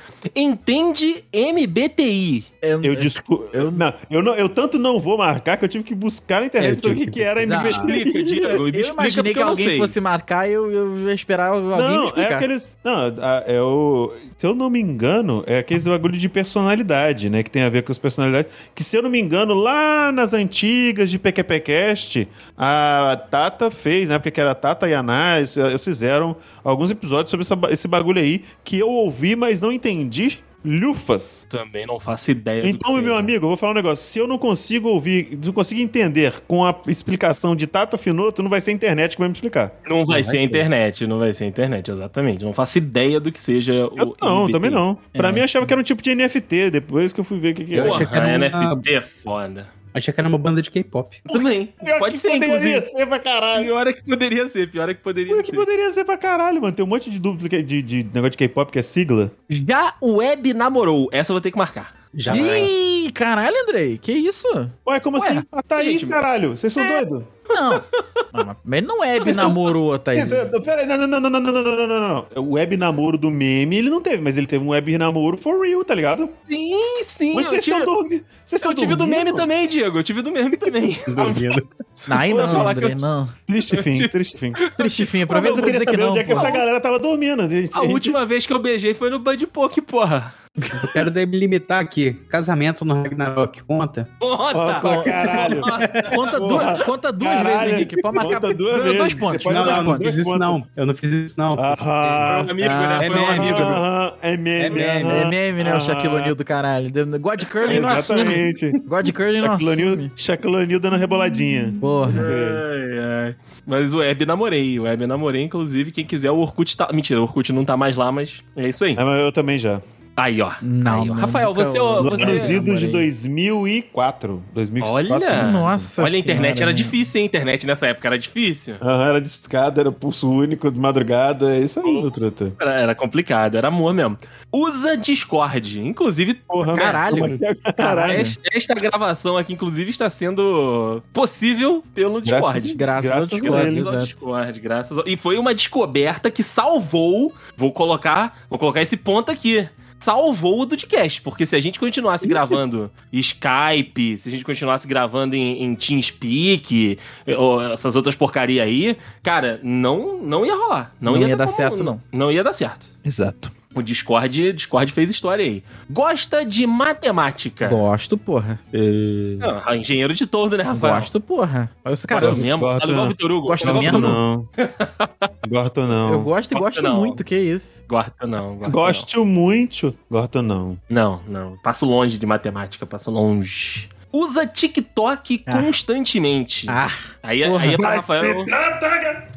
E: Entende MBTI.
C: Eu desculpa. Eu, não, eu, não, eu tanto não vou marcar que eu tive que buscar na internet
D: É,
C: pra saber o
D: tive
C: que,
D: que
C: que era
D: pesquisar.
C: MBTI.
E: Explica, Diego. Me
B: Eu
E: explica
B: imaginei
E: porque
B: que
E: eu não
B: alguém
E: sei.
B: fosse marcar e eu, eu ia esperar alguém me
C: Não, é
B: explicar.
C: aqueles. Não, a- é o. Se eu não me engano, é aqueles bagulho de personalidade, né? Que tem a ver com as personalidades. Que se eu não me engano, lá nas antigas de PQPcast, a Tata fez, na época que era a Tata e a Ana, eles eles fizeram alguns episódios sobre essa ba- esse bagulho aí que eu ouvi, mas não entendi. Lufas.
E: Também não faço ideia do
C: Então,
E: que
C: meu
E: seja.
C: amigo, eu vou falar um negócio. Se eu não consigo ouvir, não consigo entender com a explicação de Tata Finoto, não vai ser a internet que vai me explicar.
E: Não é vai
D: Não vai
E: ser a
D: ter.
E: internet, não vai ser a internet, exatamente. Não faço ideia do que seja o
C: Eu não,
E: MBTI.
C: também não. Pra
B: É,
C: mim, eu achava que era um tipo de NFT, depois que eu fui ver o que, que era.
D: achei que
E: Porra,
D: era uma-
E: NFT é foda.
D: Achei que era uma banda de K-pop.
E: Também.
C: Pior
E: Pode
C: que
E: ser,
C: poderia
E: inclusive.
C: ser pra caralho.
E: Pior é que poderia ser, pior é que poderia
C: Pior
E: ser.
C: que poderia ser pra caralho, mano. Tem um monte de duplo de, de, de negócio de K-pop que é sigla.
E: Já o Web namorou. Essa eu vou ter que marcar.
D: Já.
B: Ih, caralho, Andrei, que isso?
C: Ué, como
B: Ué,
C: assim? A Thaís,
E: gente, É.
C: caralho. Vocês são doidos?
B: Não. não mas- mas não é namorou, Thaís.
C: Peraí, não, não, não, não, não, não, não, não, não, não. O web namoro do meme, ele não teve, mas ele teve um web namoro for real, tá ligado?
E: Sim, sim.
C: Mas
E: Eu
C: vocês
E: tive,
C: estão dormindo. Vocês
E: eu
C: estão
E: tive do meme
C: dormindo?
E: também, Diego. Eu tive do meme também.
B: Não, aí
E: Eu ia
B: não,
E: falar que
B: Andrei,
E: eu-
B: não.
C: Triste fim, triste fim.
B: Triste fim,
C: Pra
B: aproveita
C: eu
B: pra
C: queria
B: dizer
C: saber
B: que não.
C: onde é que
B: pô.
C: essa galera tava dormindo. A, gente,
E: A última vez que eu beijei foi no Bud Poke, porra.
D: Eu quero daí me limitar aqui. Casamento no Ragnarok conta?
C: Ó,
E: Conta!
C: pra caralho.
B: Conta duas, conta duas
C: Caralho.
B: vezes, Henrique. Pode marcar
C: Conta duas
B: dois, dois
C: vezes.
B: pontos.
C: Você pode
D: não,
B: dois
C: dar
D: não,
C: Ah.
D: eu não
B: pontos.
D: fiz isso não. Eu não fiz isso não.
E: Foi
C: Aham.
E: um amigo,
B: Ah,
E: né? Foi um
D: é
E: amigo.
C: Aham, é meme.
D: É meme.
B: É meme, né? O Shaquille
C: Aham.
B: O'Neal do caralho. God Curling não assume.
C: Exatamente.
B: God Curling não
C: Shaquille
B: assume.
C: O'Neal- Shaquille O'Neal dando a reboladinha.
B: Porra.
E: Ai, ai. Mas o Web namorei. O Web namorei, inclusive, quem quiser, o Orkut tá. Mentira, o Orkut não tá mais lá, mas é isso aí.
C: Ah, mas eu também já.
E: Aí, ó.
B: Não,
E: Aí, ó.
B: não,
E: Rafael,
B: nunca
E: você-
B: eu-
C: é
E: você-
C: Produzido de
B: namorei.
C: 2004. 2004.
E: Olha!
B: Nossa
E: Olha, a internet
B: senhora,
E: era
B: né?
E: difícil, hein? A internet nessa época era difícil.
C: Aham, era de escada, era pulso único de madrugada. É isso aí, meu truta.
E: Era, era complicado, era amor mesmo. Usa Discord. Inclusive,
C: Porra,
B: Caralho.
C: como é que- Caralho.
E: es- esta gravação aqui, inclusive, está sendo possível pelo
C: Graças-
E: Discord.
B: Graças ao
C: Graças a
B: Discord,
C: ele.
E: ao
B: exato.
E: Discord, graças ao... E foi uma descoberta que salvou. Vou colocar, vou colocar esse ponto aqui. Salvou o Dudcast, porque se a gente continuasse gravando Skype, se a gente continuasse gravando em, em TeamSpeak, ou essas outras porcaria aí, cara, não, não ia rolar. Não,
B: Não
E: ia,
B: ia
E: ter
B: dar certo, não.
E: Não ia dar certo.
C: Exato.
E: O Discord, Discord fez história aí. Gosta de matemática.
B: Gosto, porra.
E: Ah, engenheiro de todo, né, Rafael?
B: Gosto, porra. Olha esse cara.
E: Gosto
C: Gosto,
E: mesmo.
C: gosto,
E: Fala igual o
C: né?
E: Vitor Hugo.
B: Gosto
E: Fala igual
B: mesmo?
E: o Vitor Hugo.
C: Não. Gosto
B: Eu
C: não.
B: gosto e
E: Gosto
B: gosto
E: não.
B: muito, que isso.
E: Gosto não. Gosto,
C: Gosto muito. Gosto não.
E: Não. não, não. Passo longe de matemática, passo longe. Usa TikTok
B: Ah.
E: constantemente.
B: Ah,
E: aí,
B: porra.
E: aí é pra
C: Me
E: Rafael.
C: trata, cara.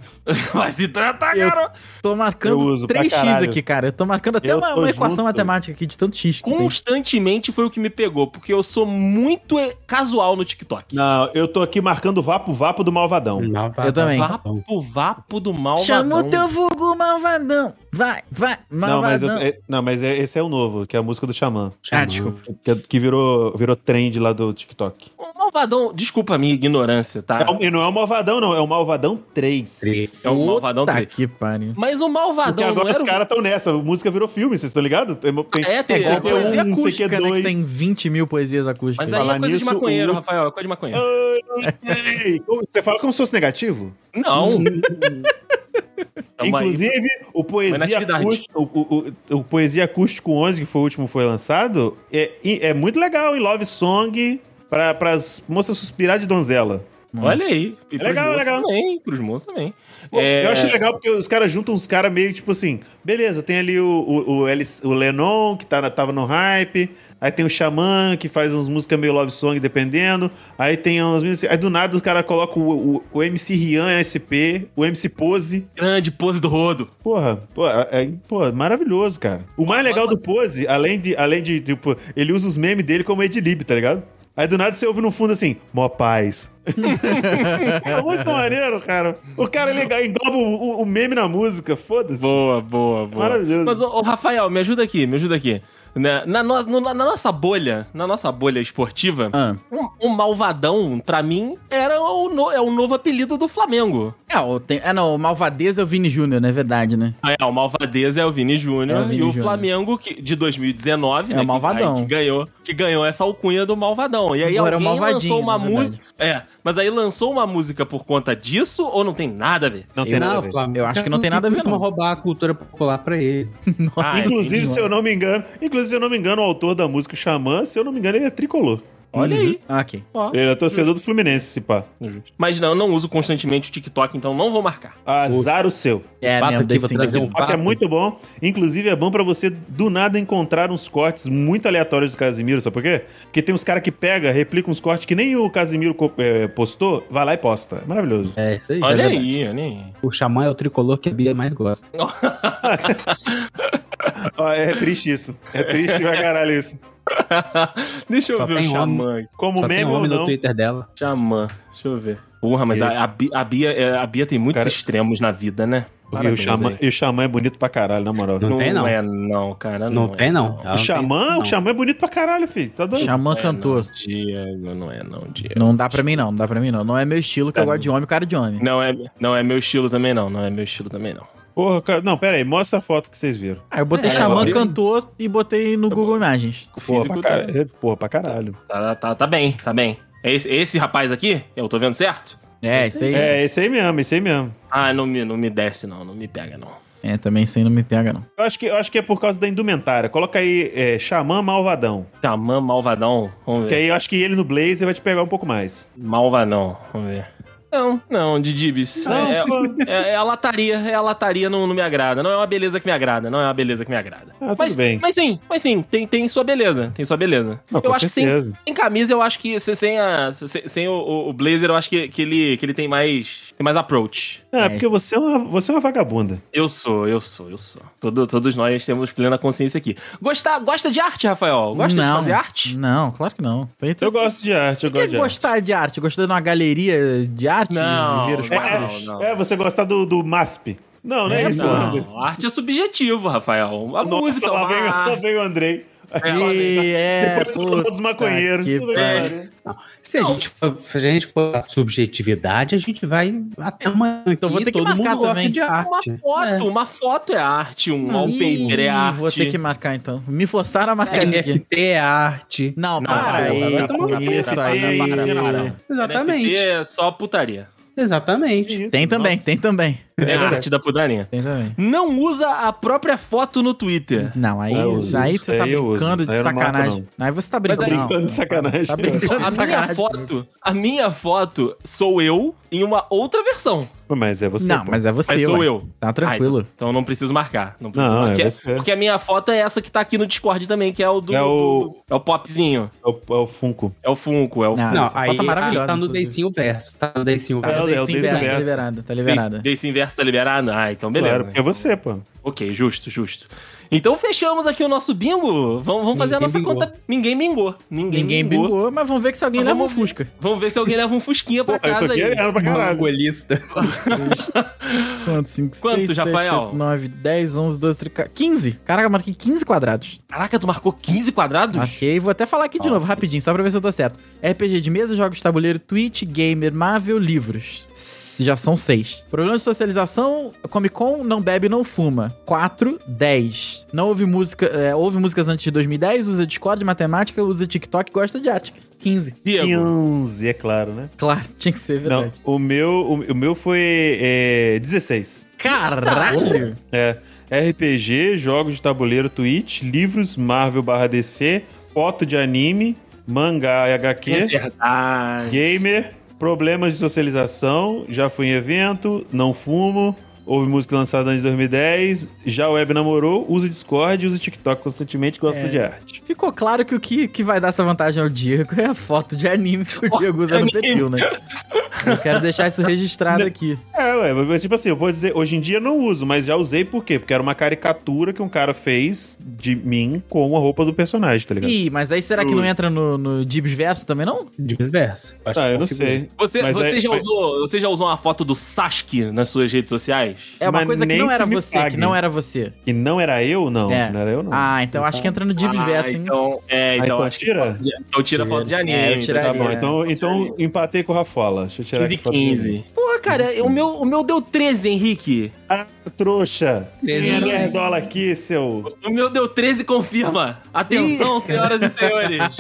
E: Vai se tratar,
B: Eu-
E: garoto.
B: tô
C: Eu
B: marcando
C: uso pra
B: 3x
C: caralho.
B: aqui, cara. Eu tô marcando até
C: Eu
B: uma,
C: tô
B: uma equação
C: junto.
B: matemática aqui de tanto X.
E: um
B: que tem.
E: Constantemente foi o que me pegou, porque eu sou muito eh, casual no TikTok.
C: Não, eu tô aqui marcando o vapo vapo do malvadão.
E: Hum.
D: tá?
B: Eu também.
E: Vapo, vapo do mal.
B: Chama o teu vulgo malvadão. Vai, vai,
C: Não, mas, eu-
B: malvadão.
C: é- não, mas é- esse é o novo, que é a música do Xamã.
B: Ah, desculpa.
C: Que, que virou, virou trend lá do TikTok.
E: Malvadão, desculpa a minha ignorância, tá?
C: É um- e não é o Malvadão, não. É o Malvadão 3.
E: É o Malvadão
B: Tá
E: dele.
B: que pariu.
E: Mas o
C: Porque
E: Malvadão não
C: agora
E: era
C: os caras estão nessa. A música virou filme, vocês estão ligados? Tem, tem-
E: É, tem,
C: tem
B: É,
E: é,
B: a
C: CQ1,
B: poesia
C: CQ2.
B: acústica, né? Que tem 20 mil poesias acústicas.
E: Mas aí é
C: Falar
E: coisa de
C: nisso, o-
E: maconheiro,
C: Ah.
E: Rafael, é coisa de maconheiro.
C: Ai, ei, como- Você fala como se fosse negativo?
E: Não. Tamo aí.
C: Inclusive, o
E: Mas na
C: Poesia,
E: atividade.
C: Acústico, o, o- o Poesia Acústico 11, que foi o último que foi lançado, é, é muito legal em Love Song para as moças suspirar de donzela.
E: Olha aí. E
C: É legal,
E: moços
C: legal.
E: também, pros moços também.
C: Pô,
E: É,
C: Eu acho legal porque os caras juntam os caras meio tipo assim, beleza, tem ali o, o, o, Elis- o Lennon, que tá, na- tava no hype, aí tem o Xamã, que faz umas músicas meio love song, dependendo, aí tem uns... Aí do nada os caras colocam o, o, o MC Rian SP, o MC Pose.
E: Grande pose do rodo.
C: Porra, pô, é, é- pô, maravilhoso, cara. O mais legal do Pose, além de, além de tipo, ele usa os memes dele como Edlib, tá ligado? Aí do nada você ouve no fundo assim, mó paz. É muito maneiro, cara. O cara liga, engloba o, o- o meme na música, foda-se.
E: Boa, boa, boa.
C: Maravilhoso.
E: Mas, ô, ô, Rafael, me ajuda aqui, me ajuda aqui. Na, na no- no- na nossa bolha, na nossa bolha esportiva,
B: Ah.
E: o Malvadão, pra mim, era o no- é o novo apelido do Flamengo.
B: É, o tem- é, não, o Malvadeza é o Vini Júnior, não é verdade, né?
E: Ah, É, o Malvadeza é o Vini Júnior
B: É o Vini
E: e o
B: Júnior.
E: Flamengo que, de 2019,
B: É
E: né?
B: o
E: que-
B: Malvadão.
E: Que, ganhou, que ganhou essa alcunha do Malvadão. E aí
B: Agora é o
E: alguém lançou
B: Malvadinho,
E: uma
B: na verdade.
E: música. É, mas aí lançou uma música por conta disso ou não tem nada a ver?
C: Não
B: Eu-
C: tem nada a ver.
D: Flamengo.
B: Eu acho que não tem nada a ver,
D: costuma
B: não.
D: roubar a cultura popular pra ele.
B: Nossa
E: Ah,
C: Inclusive, se eu
B: Senhora.
C: não me engano, inclusive, se eu não me engano, o autor da música Xamã, se eu não me engano, ele é tricolor.
E: Olha aí.
B: Ok.
E: Ó.
C: Ele é torcedor do Fluminense, se pá.
E: Mas não, Uhum. eu não uso constantemente o TikTok, então não vou marcar.
C: Azar o seu.
B: É,
D: Papo
B: mesmo,
D: aqui, vou
B: desse
D: trazer um
B: sentido.
C: Papo é
D: papo.
C: muito bom. Inclusive, é bom pra você do nada encontrar uns cortes muito aleatórios do Casimiro, sabe por quê? Porque tem uns caras que pega, replica uns cortes que nem o Casimiro co- eh, postou, vai lá e posta. É Maravilhoso.
D: É isso aí.
E: olha
D: é verdade.
E: aí, olha aí.
D: O Xamã é o tricolor que a Bia mais gosta.
C: Ó, é triste isso. É triste pra caralho isso.
E: Deixa eu
D: Só
E: ver o
D: tem
E: Xamã. aqui.
C: Como
D: Só tem
C: meme
D: um
C: ou
D: homem no
C: não.
D: Twitter dela.
E: Xamã. Deixa eu ver. Porra, mas a, a Bi- a Bia, é, a Bia tem muitos
C: Cara-
E: extremos na vida, né?
C: E o,
E: Parabéns
C: xamã,
E: aí.
C: e o Xamã é bonito pra caralho, na moral.
D: Não tem, não.
E: é, não, cara.
D: Não,
E: é,
D: tem, não. Ela
C: o
D: não tem,
C: Xamã,
D: não.
C: o Xamã é bonito pra caralho, filho. Tá doido?
B: Xamã
E: É,
B: cantor.
E: Não, Diego, não é, não, Diego.
B: Não dá pra mim, não. Não dá pra mim, não. Não é meu estilo, que eu
E: Tá.
B: gosto de homem, cara de homem.
E: Não é, não é meu estilo também, não. Não é meu estilo também, não.
C: Porra, cara. Não, pera aí, mostra a foto que vocês viram.
B: Ah, eu botei
D: É,
B: Xamã
D: eu-
B: cantor e botei no Google Imagens.
E: O
C: Porra,
E: físico
C: pra,
E: tá,
C: caralho. É, Porra, pra caralho.
E: tá, tá, tá bem, tá bem. É Esse, esse rapaz aqui, eu tô vendo certo?
B: É, isso aí. É,
C: É, esse aí mesmo, esse aí mesmo.
E: Ah, não me, não me desce, não. Não me pega, não.
B: É, também isso aí não me pega, não.
C: Eu acho que, eu acho que é por causa da indumentária. Coloca aí é, Xamã Malvadão.
E: Xamã malvadão. Vamos
C: Que
E: ver.
C: aí eu acho que ele no Blazer vai te pegar um pouco mais.
E: Malvadão. Vamos ver. Não, não, de Dibis.
C: Não,
E: é,
C: pô.
E: é- é a lataria, é a lataria, não, não me agrada. Não é uma beleza que me agrada, não é uma beleza que me agrada.
C: Ah, tudo
E: mas,
C: bem.
E: mas sim, mas sim, tem, tem sua beleza, tem sua beleza. eu acho que sim, Sem camisa, eu acho que se- sem, a- se- sem o, o- o blazer, eu acho que, que, ele, que ele tem mais tem mais approach.
C: É,
B: É.
C: porque você é, uma, você é uma vagabunda.
E: Eu sou, eu sou, eu sou. Todo- todos nós temos plena consciência aqui. Gosta, gosta de arte, Rafael? Gosta de
B: Não.
E: fazer arte?
B: Não, claro que não. Isso aí-
C: Eu
B: isso-
C: gosto de arte, eu
B: O que é
C: gosto de arte.
B: gostar de arte? Gostar de uma galeria de arte?
E: Não,
B: Ver os
E: não.
B: quadros?
C: É,
E: não.
C: é, você gostar do, do MASP. Não, não é,
B: É,
C: isso. André.
E: Não, arte é subjetivo, Rafael. A
C: Nossa,
E: música, é
C: lá,
E: uma
C: vem, lá
E: arte.
C: vem o Andrei.
B: E é,
C: Depois falou dos maconheiros.
B: que
C: Tudo É bem,
B: pariu.
C: Andrei.
D: Se a gente, for, se a gente for a subjetividade, a gente vai até amanhã. Então
B: vou ter que
D: todo
B: marcar
D: mundo gosta
B: também.
D: de
E: Uma
D: arte.
E: foto, uma foto é arte, um wallpaper é
B: Ih,
E: arte.
B: Vou ter que marcar então. Me forçaram a marcar isso aqui.
D: NFT é arte.
B: Não,
E: Não,
B: para
E: não,
B: aí,
D: não, não,
B: com
D: não,
B: isso
C: não,
B: aí.
C: não, não, não, não.
D: Exatamente.
E: NFT é só putaria.
C: Que
D: Exatamente.
C: isso,
B: Tem também,
C: nossa.
B: tem também.
E: É a arte da pudaria.
B: Tem também.
E: Não usa a própria foto no Twitter.
B: Não, aí,
C: Eu uso.
B: aí você tá
C: Aí eu uso.
B: brincando de
C: Aí eu não mato,
B: sacanagem. Aí você tá brincando.
E: aí-
B: não.
C: Brincando de sacanagem.
B: Tá brincando
E: A
B: de
E: minha
B: sacanagem.
E: foto, a minha foto sou eu em uma outra versão.
C: Mas é você.
B: não,
C: pô.
B: mas é você.
E: Mas sou
B: ué.
E: eu.
B: Tá tranquilo.
E: Ah, então, então eu não preciso marcar. Não preciso
C: Não, é
E: marcar.
C: você.
E: Porque a minha foto é essa que tá aqui no Discord também, que é o do.
C: É o-
E: do- é o popzinho.
C: É o, é o Funko.
E: É o Funko, é o
B: Não,
E: Funko.
D: Não,
B: essa
D: aí,
B: foto é maravilhosa,
D: aí tá no
B: inclusive.
D: Deicinho Verso. Tá no Deicinho
B: Tá,
C: É,
D: Verso.
C: eu
B: mas
C: dei
B: sim,
C: o
B: liberado,
C: desse
B: tá
C: verso.
B: liberado, tá liberado.
E: Desse inverso tá liberado? Ah, então beleza.
C: Claro, porque é você, pô.
E: Ok, justo, justo. Então fechamos aqui o nosso bingo. Vamos, vamos fazer a nossa
D: Ninguém bingou.
E: conta. Ninguém bingou. Ninguém,
B: Ninguém
E: bingou.
B: bingou, mas vamos ver que se alguém
E: Mas
B: leva um
E: vamos ver.
B: Fusca.
E: Vamos ver se alguém leva um fusquinha pra
C: eu tô
E: casa aí.
C: querendo pra caralho.
D: Mongolista.
B: Quanto? 5,
E: Quanto,
B: 6, 7,
E: Rafael?
B: 8, 9, 10, 11, 12, 13, 14, 15. Caraca, eu marquei 15 quadrados.
E: Caraca, tu marcou 15 quadrados?
B: Marquei, vou até falar aqui de novo, rapidinho, só pra ver se eu tô certo. RPG de mesa, jogos de tabuleiro, Twitch, gamer, Marvel, livros. S- Já são 6. Problema de socialização, Comic Con, não bebe, não fuma. 4, 10. Não ouve música, é, ouve músicas antes de 2010, usa Discord, matemática, usa TikTok, gosta de arte. 15.
E: Diego.
C: 15, é claro, né?
B: Claro, tinha que ser
C: Não,
B: verdade.
C: o meu, o, o meu foi é, 16.
B: Caralho!
C: É, RPG, jogos de tabuleiro, Twitch, livros, Marvel barra DC, foto de anime, mangá e
E: É
C: HQ,
E: verdade.
C: gamer, problemas de socialização, já fui em evento, não fumo, houve música lançada antes de 2010, já web namorou, usa Discord, usa TikTok constantemente, gosta
B: É.
C: de arte.
B: Ficou claro que o que, que vai dar essa vantagem ao Diego é a foto de anime que o Diego usa no
E: anime.
B: perfil, né? Eu quero deixar isso registrado aqui.
C: É, ué, mas tipo assim, eu vou dizer, hoje em dia eu não uso, mas já usei por quê? Porque era uma caricatura que um cara fez de mim com a roupa do personagem, tá ligado?
B: Ih, mas aí será que não entra no, no Dibs Verso também, não?
D: Dibs Verso. Acho
C: Ah,
D: que
C: eu não
D: configura.
C: sei.
E: Você,
C: Mas
E: você
C: é-
E: já
C: mas-
E: usou, você já usou uma foto do Sasuke nas suas redes sociais?
B: É uma
C: Mas
B: coisa que
C: nem
B: não era
C: se me
B: você,
C: pague.
B: que não era você.
C: Que não era eu, não.
B: É.
C: Não era eu, não.
B: Ah, então acho que entra no Dibs Verso,
E: Ah,
B: hein?
E: Então, é,
C: Aí,
E: então
C: pô,
E: acho que-
C: tira.
E: Então tira a foto de anime.
B: É, eu
E: então
B: tiraria.
C: Tá bom,
B: É,
C: então, então empatei com o Rafola. Deixa eu tirar
E: 15
C: aqui pra mim.
E: 15. Porra, cara, o meu, o meu deu 13, Henrique.
C: Ah, trouxa!
D: Treze.
C: Tem nerdola aqui, seu.
E: O meu deu 13, confirma. Atenção, senhoras e senhores.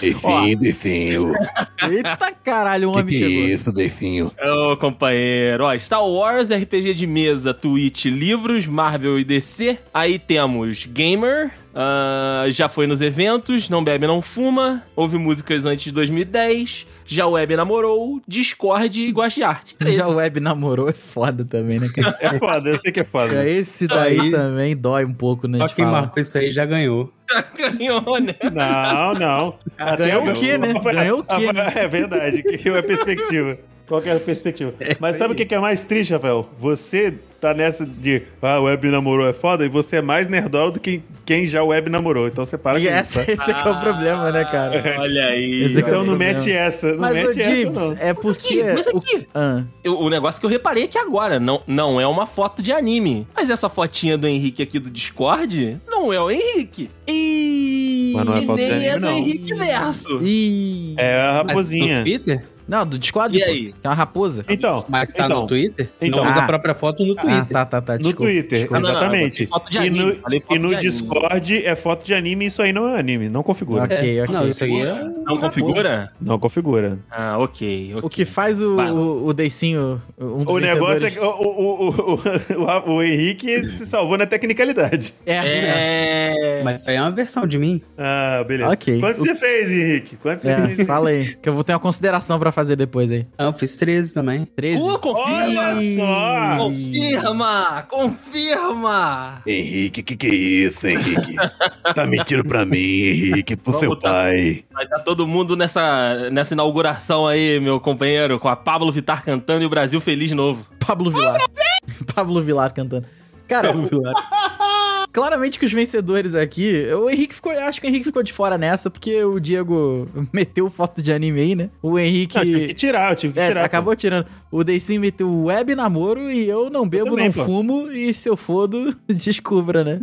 H: Definho, definho.
B: Eita caralho, o
H: Que
B: homem
H: que é
B: chegou.
H: isso, definho?
E: Ô, companheiro. Ó, Star Wars, RPG de mesa, Twitch, livros, Marvel e DC. Aí temos Gamer, ah, já foi nos eventos, não bebe, não fuma, ouve músicas antes de 2010, já web namorou, Discord e gosta de arte.
B: Já o Web namorou é foda também, né, cara?
C: É foda, eu sei que é foda.
B: Esse daí
D: Aí-
B: também dói um pouco, né?
D: Só
B: de
D: quem
B: falar.
D: marcou isso aí já ganhou.
E: Ganhou, né?
C: Não, não.
B: Ganhou o quê, né? Ganhou o quê, né?
C: É verdade, que é a perspectiva. Qual que é a perspectiva? Mas sabe o que que é mais triste, Rafael? Você tá nessa de ah, web namorou é foda e você é mais nerdola do que quem já web namorou. Então você para
B: E
C: com
B: essa-
C: isso. tá?
B: esse é que é o problema, né, cara?
E: Olha aí.
B: Esse aqui é
E: ó.
C: Então não
B: problema.
C: mete essa. Não
B: Mas, ô
C: mete essa,
B: Dibs,
C: não.
B: é porque...
E: Aqui, mas
B: o-
E: aqui,
B: Ah,
E: Eu- o negócio que eu reparei aqui agora, não, não é uma foto de anime. Mas essa fotinha do Henrique aqui do Discord não é o Henrique. E,
C: Mas não é
E: e
C: foto de
E: nem
C: anime,
E: é do
C: não.
E: Henrique Verso. Ah,
B: Ih.
C: É a
D: Mas
C: raposinha.
D: no Twitter?
B: Não, do Discord.
E: E
B: pô.
E: aí?
B: É uma raposa.
C: Então,
D: Mas tá
C: então,
D: no Twitter?
C: então.
D: Não usa
B: Ah.
D: a própria foto no
B: Ah,
D: Twitter.
B: tá, tá, tá.
C: No
B: desculpa,
C: Twitter,
B: desculpa.
E: não,
C: exatamente.
E: eu botei foto de
C: E
E: anime.
C: no-
E: falei foto
C: e no
E: de anime.
C: Discord é foto de anime, isso aí não é anime, não configura.
B: Ok, ok.
D: Não, isso aí é...
E: Não configura?
C: Não configura.
E: Ah, ok. ok.
B: O que faz o,
E: Vai lá.
B: o, o Deicinho. Um dos
C: O negócio é
B: vencedores-
C: que o, o, o, o, o- o Henrique se salvou na tecnicalidade.
B: É.
E: É.
D: Mas isso aí é uma versão de mim.
C: Ah, beleza.
B: Ok.
C: Quanto você fez, Henrique? Quanto você
B: é,
C: fez?
B: fala aí, que eu vou ter uma consideração pra fazer depois aí.
D: Ah, eu fiz 13 também.
B: 13?
E: Uh,
C: Olha
E: confirma!
C: só!
E: Confirma! Confirma!
H: Henrique, que que é isso, Henrique? tá mentindo pra mim, Henrique, pro
E: Vamos
H: seu
E: botar-
H: pai.
E: Vai estar todo mundo nessa, nessa inauguração aí, meu companheiro, com a Pablo Vittar cantando e o Brasil feliz novo.
B: Pablo Vilar. Pablo Vilar cantando. Cara, claramente que os vencedores aqui. O Henrique ficou. eu Acho que o Henrique ficou de fora nessa, porque o Diego meteu foto de anime aí, né? O
C: Não, eu tive que
B: Henrique.
C: tirar, eu tive que
B: É,
C: tirar.
B: acabou tirando. O Deicinho meteu web namoro e eu não bebo,
C: também,
B: não
C: pô.
B: fumo e se eu fodo, descubra, né?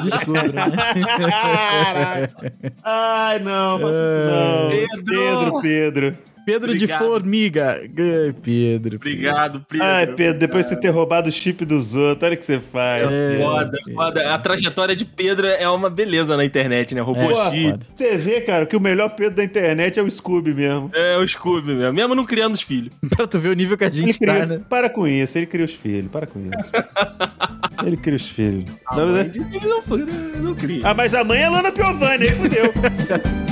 B: Descubra, né?
C: Caraca. Ai, não, faça isso não.
E: Pedro!
C: Pedro, Pedro.
B: Pedro de
E: Obrigado.
B: Formiga. Ai, Pedro.
E: Obrigado, Pedro.
C: Ai, Pedro, depois de você ter roubado o chip dos outros, olha o que você faz.
B: É.
E: Foda,
B: Pedro.
E: foda. A trajetória de Pedro é uma beleza na internet, né? Robô
C: Pô,
E: chip.
B: É, foda.
C: Você vê, cara, que o melhor Pedro da internet é o Scooby mesmo.
E: É, o Scooby mesmo. Mesmo não criando os filhos.
B: Pra tu ver o nível que a
C: Ele
B: gente
C: cria-
B: tá, né?
C: Para com isso, ele cria os filhos, para com isso. ele cria os filhos.
E: Ah,
C: Na verdade-
B: né?
E: mãe disse que Ele não, foi- não cria.
C: Ah, mas a mãe é Lana Piovani, aí fudeu.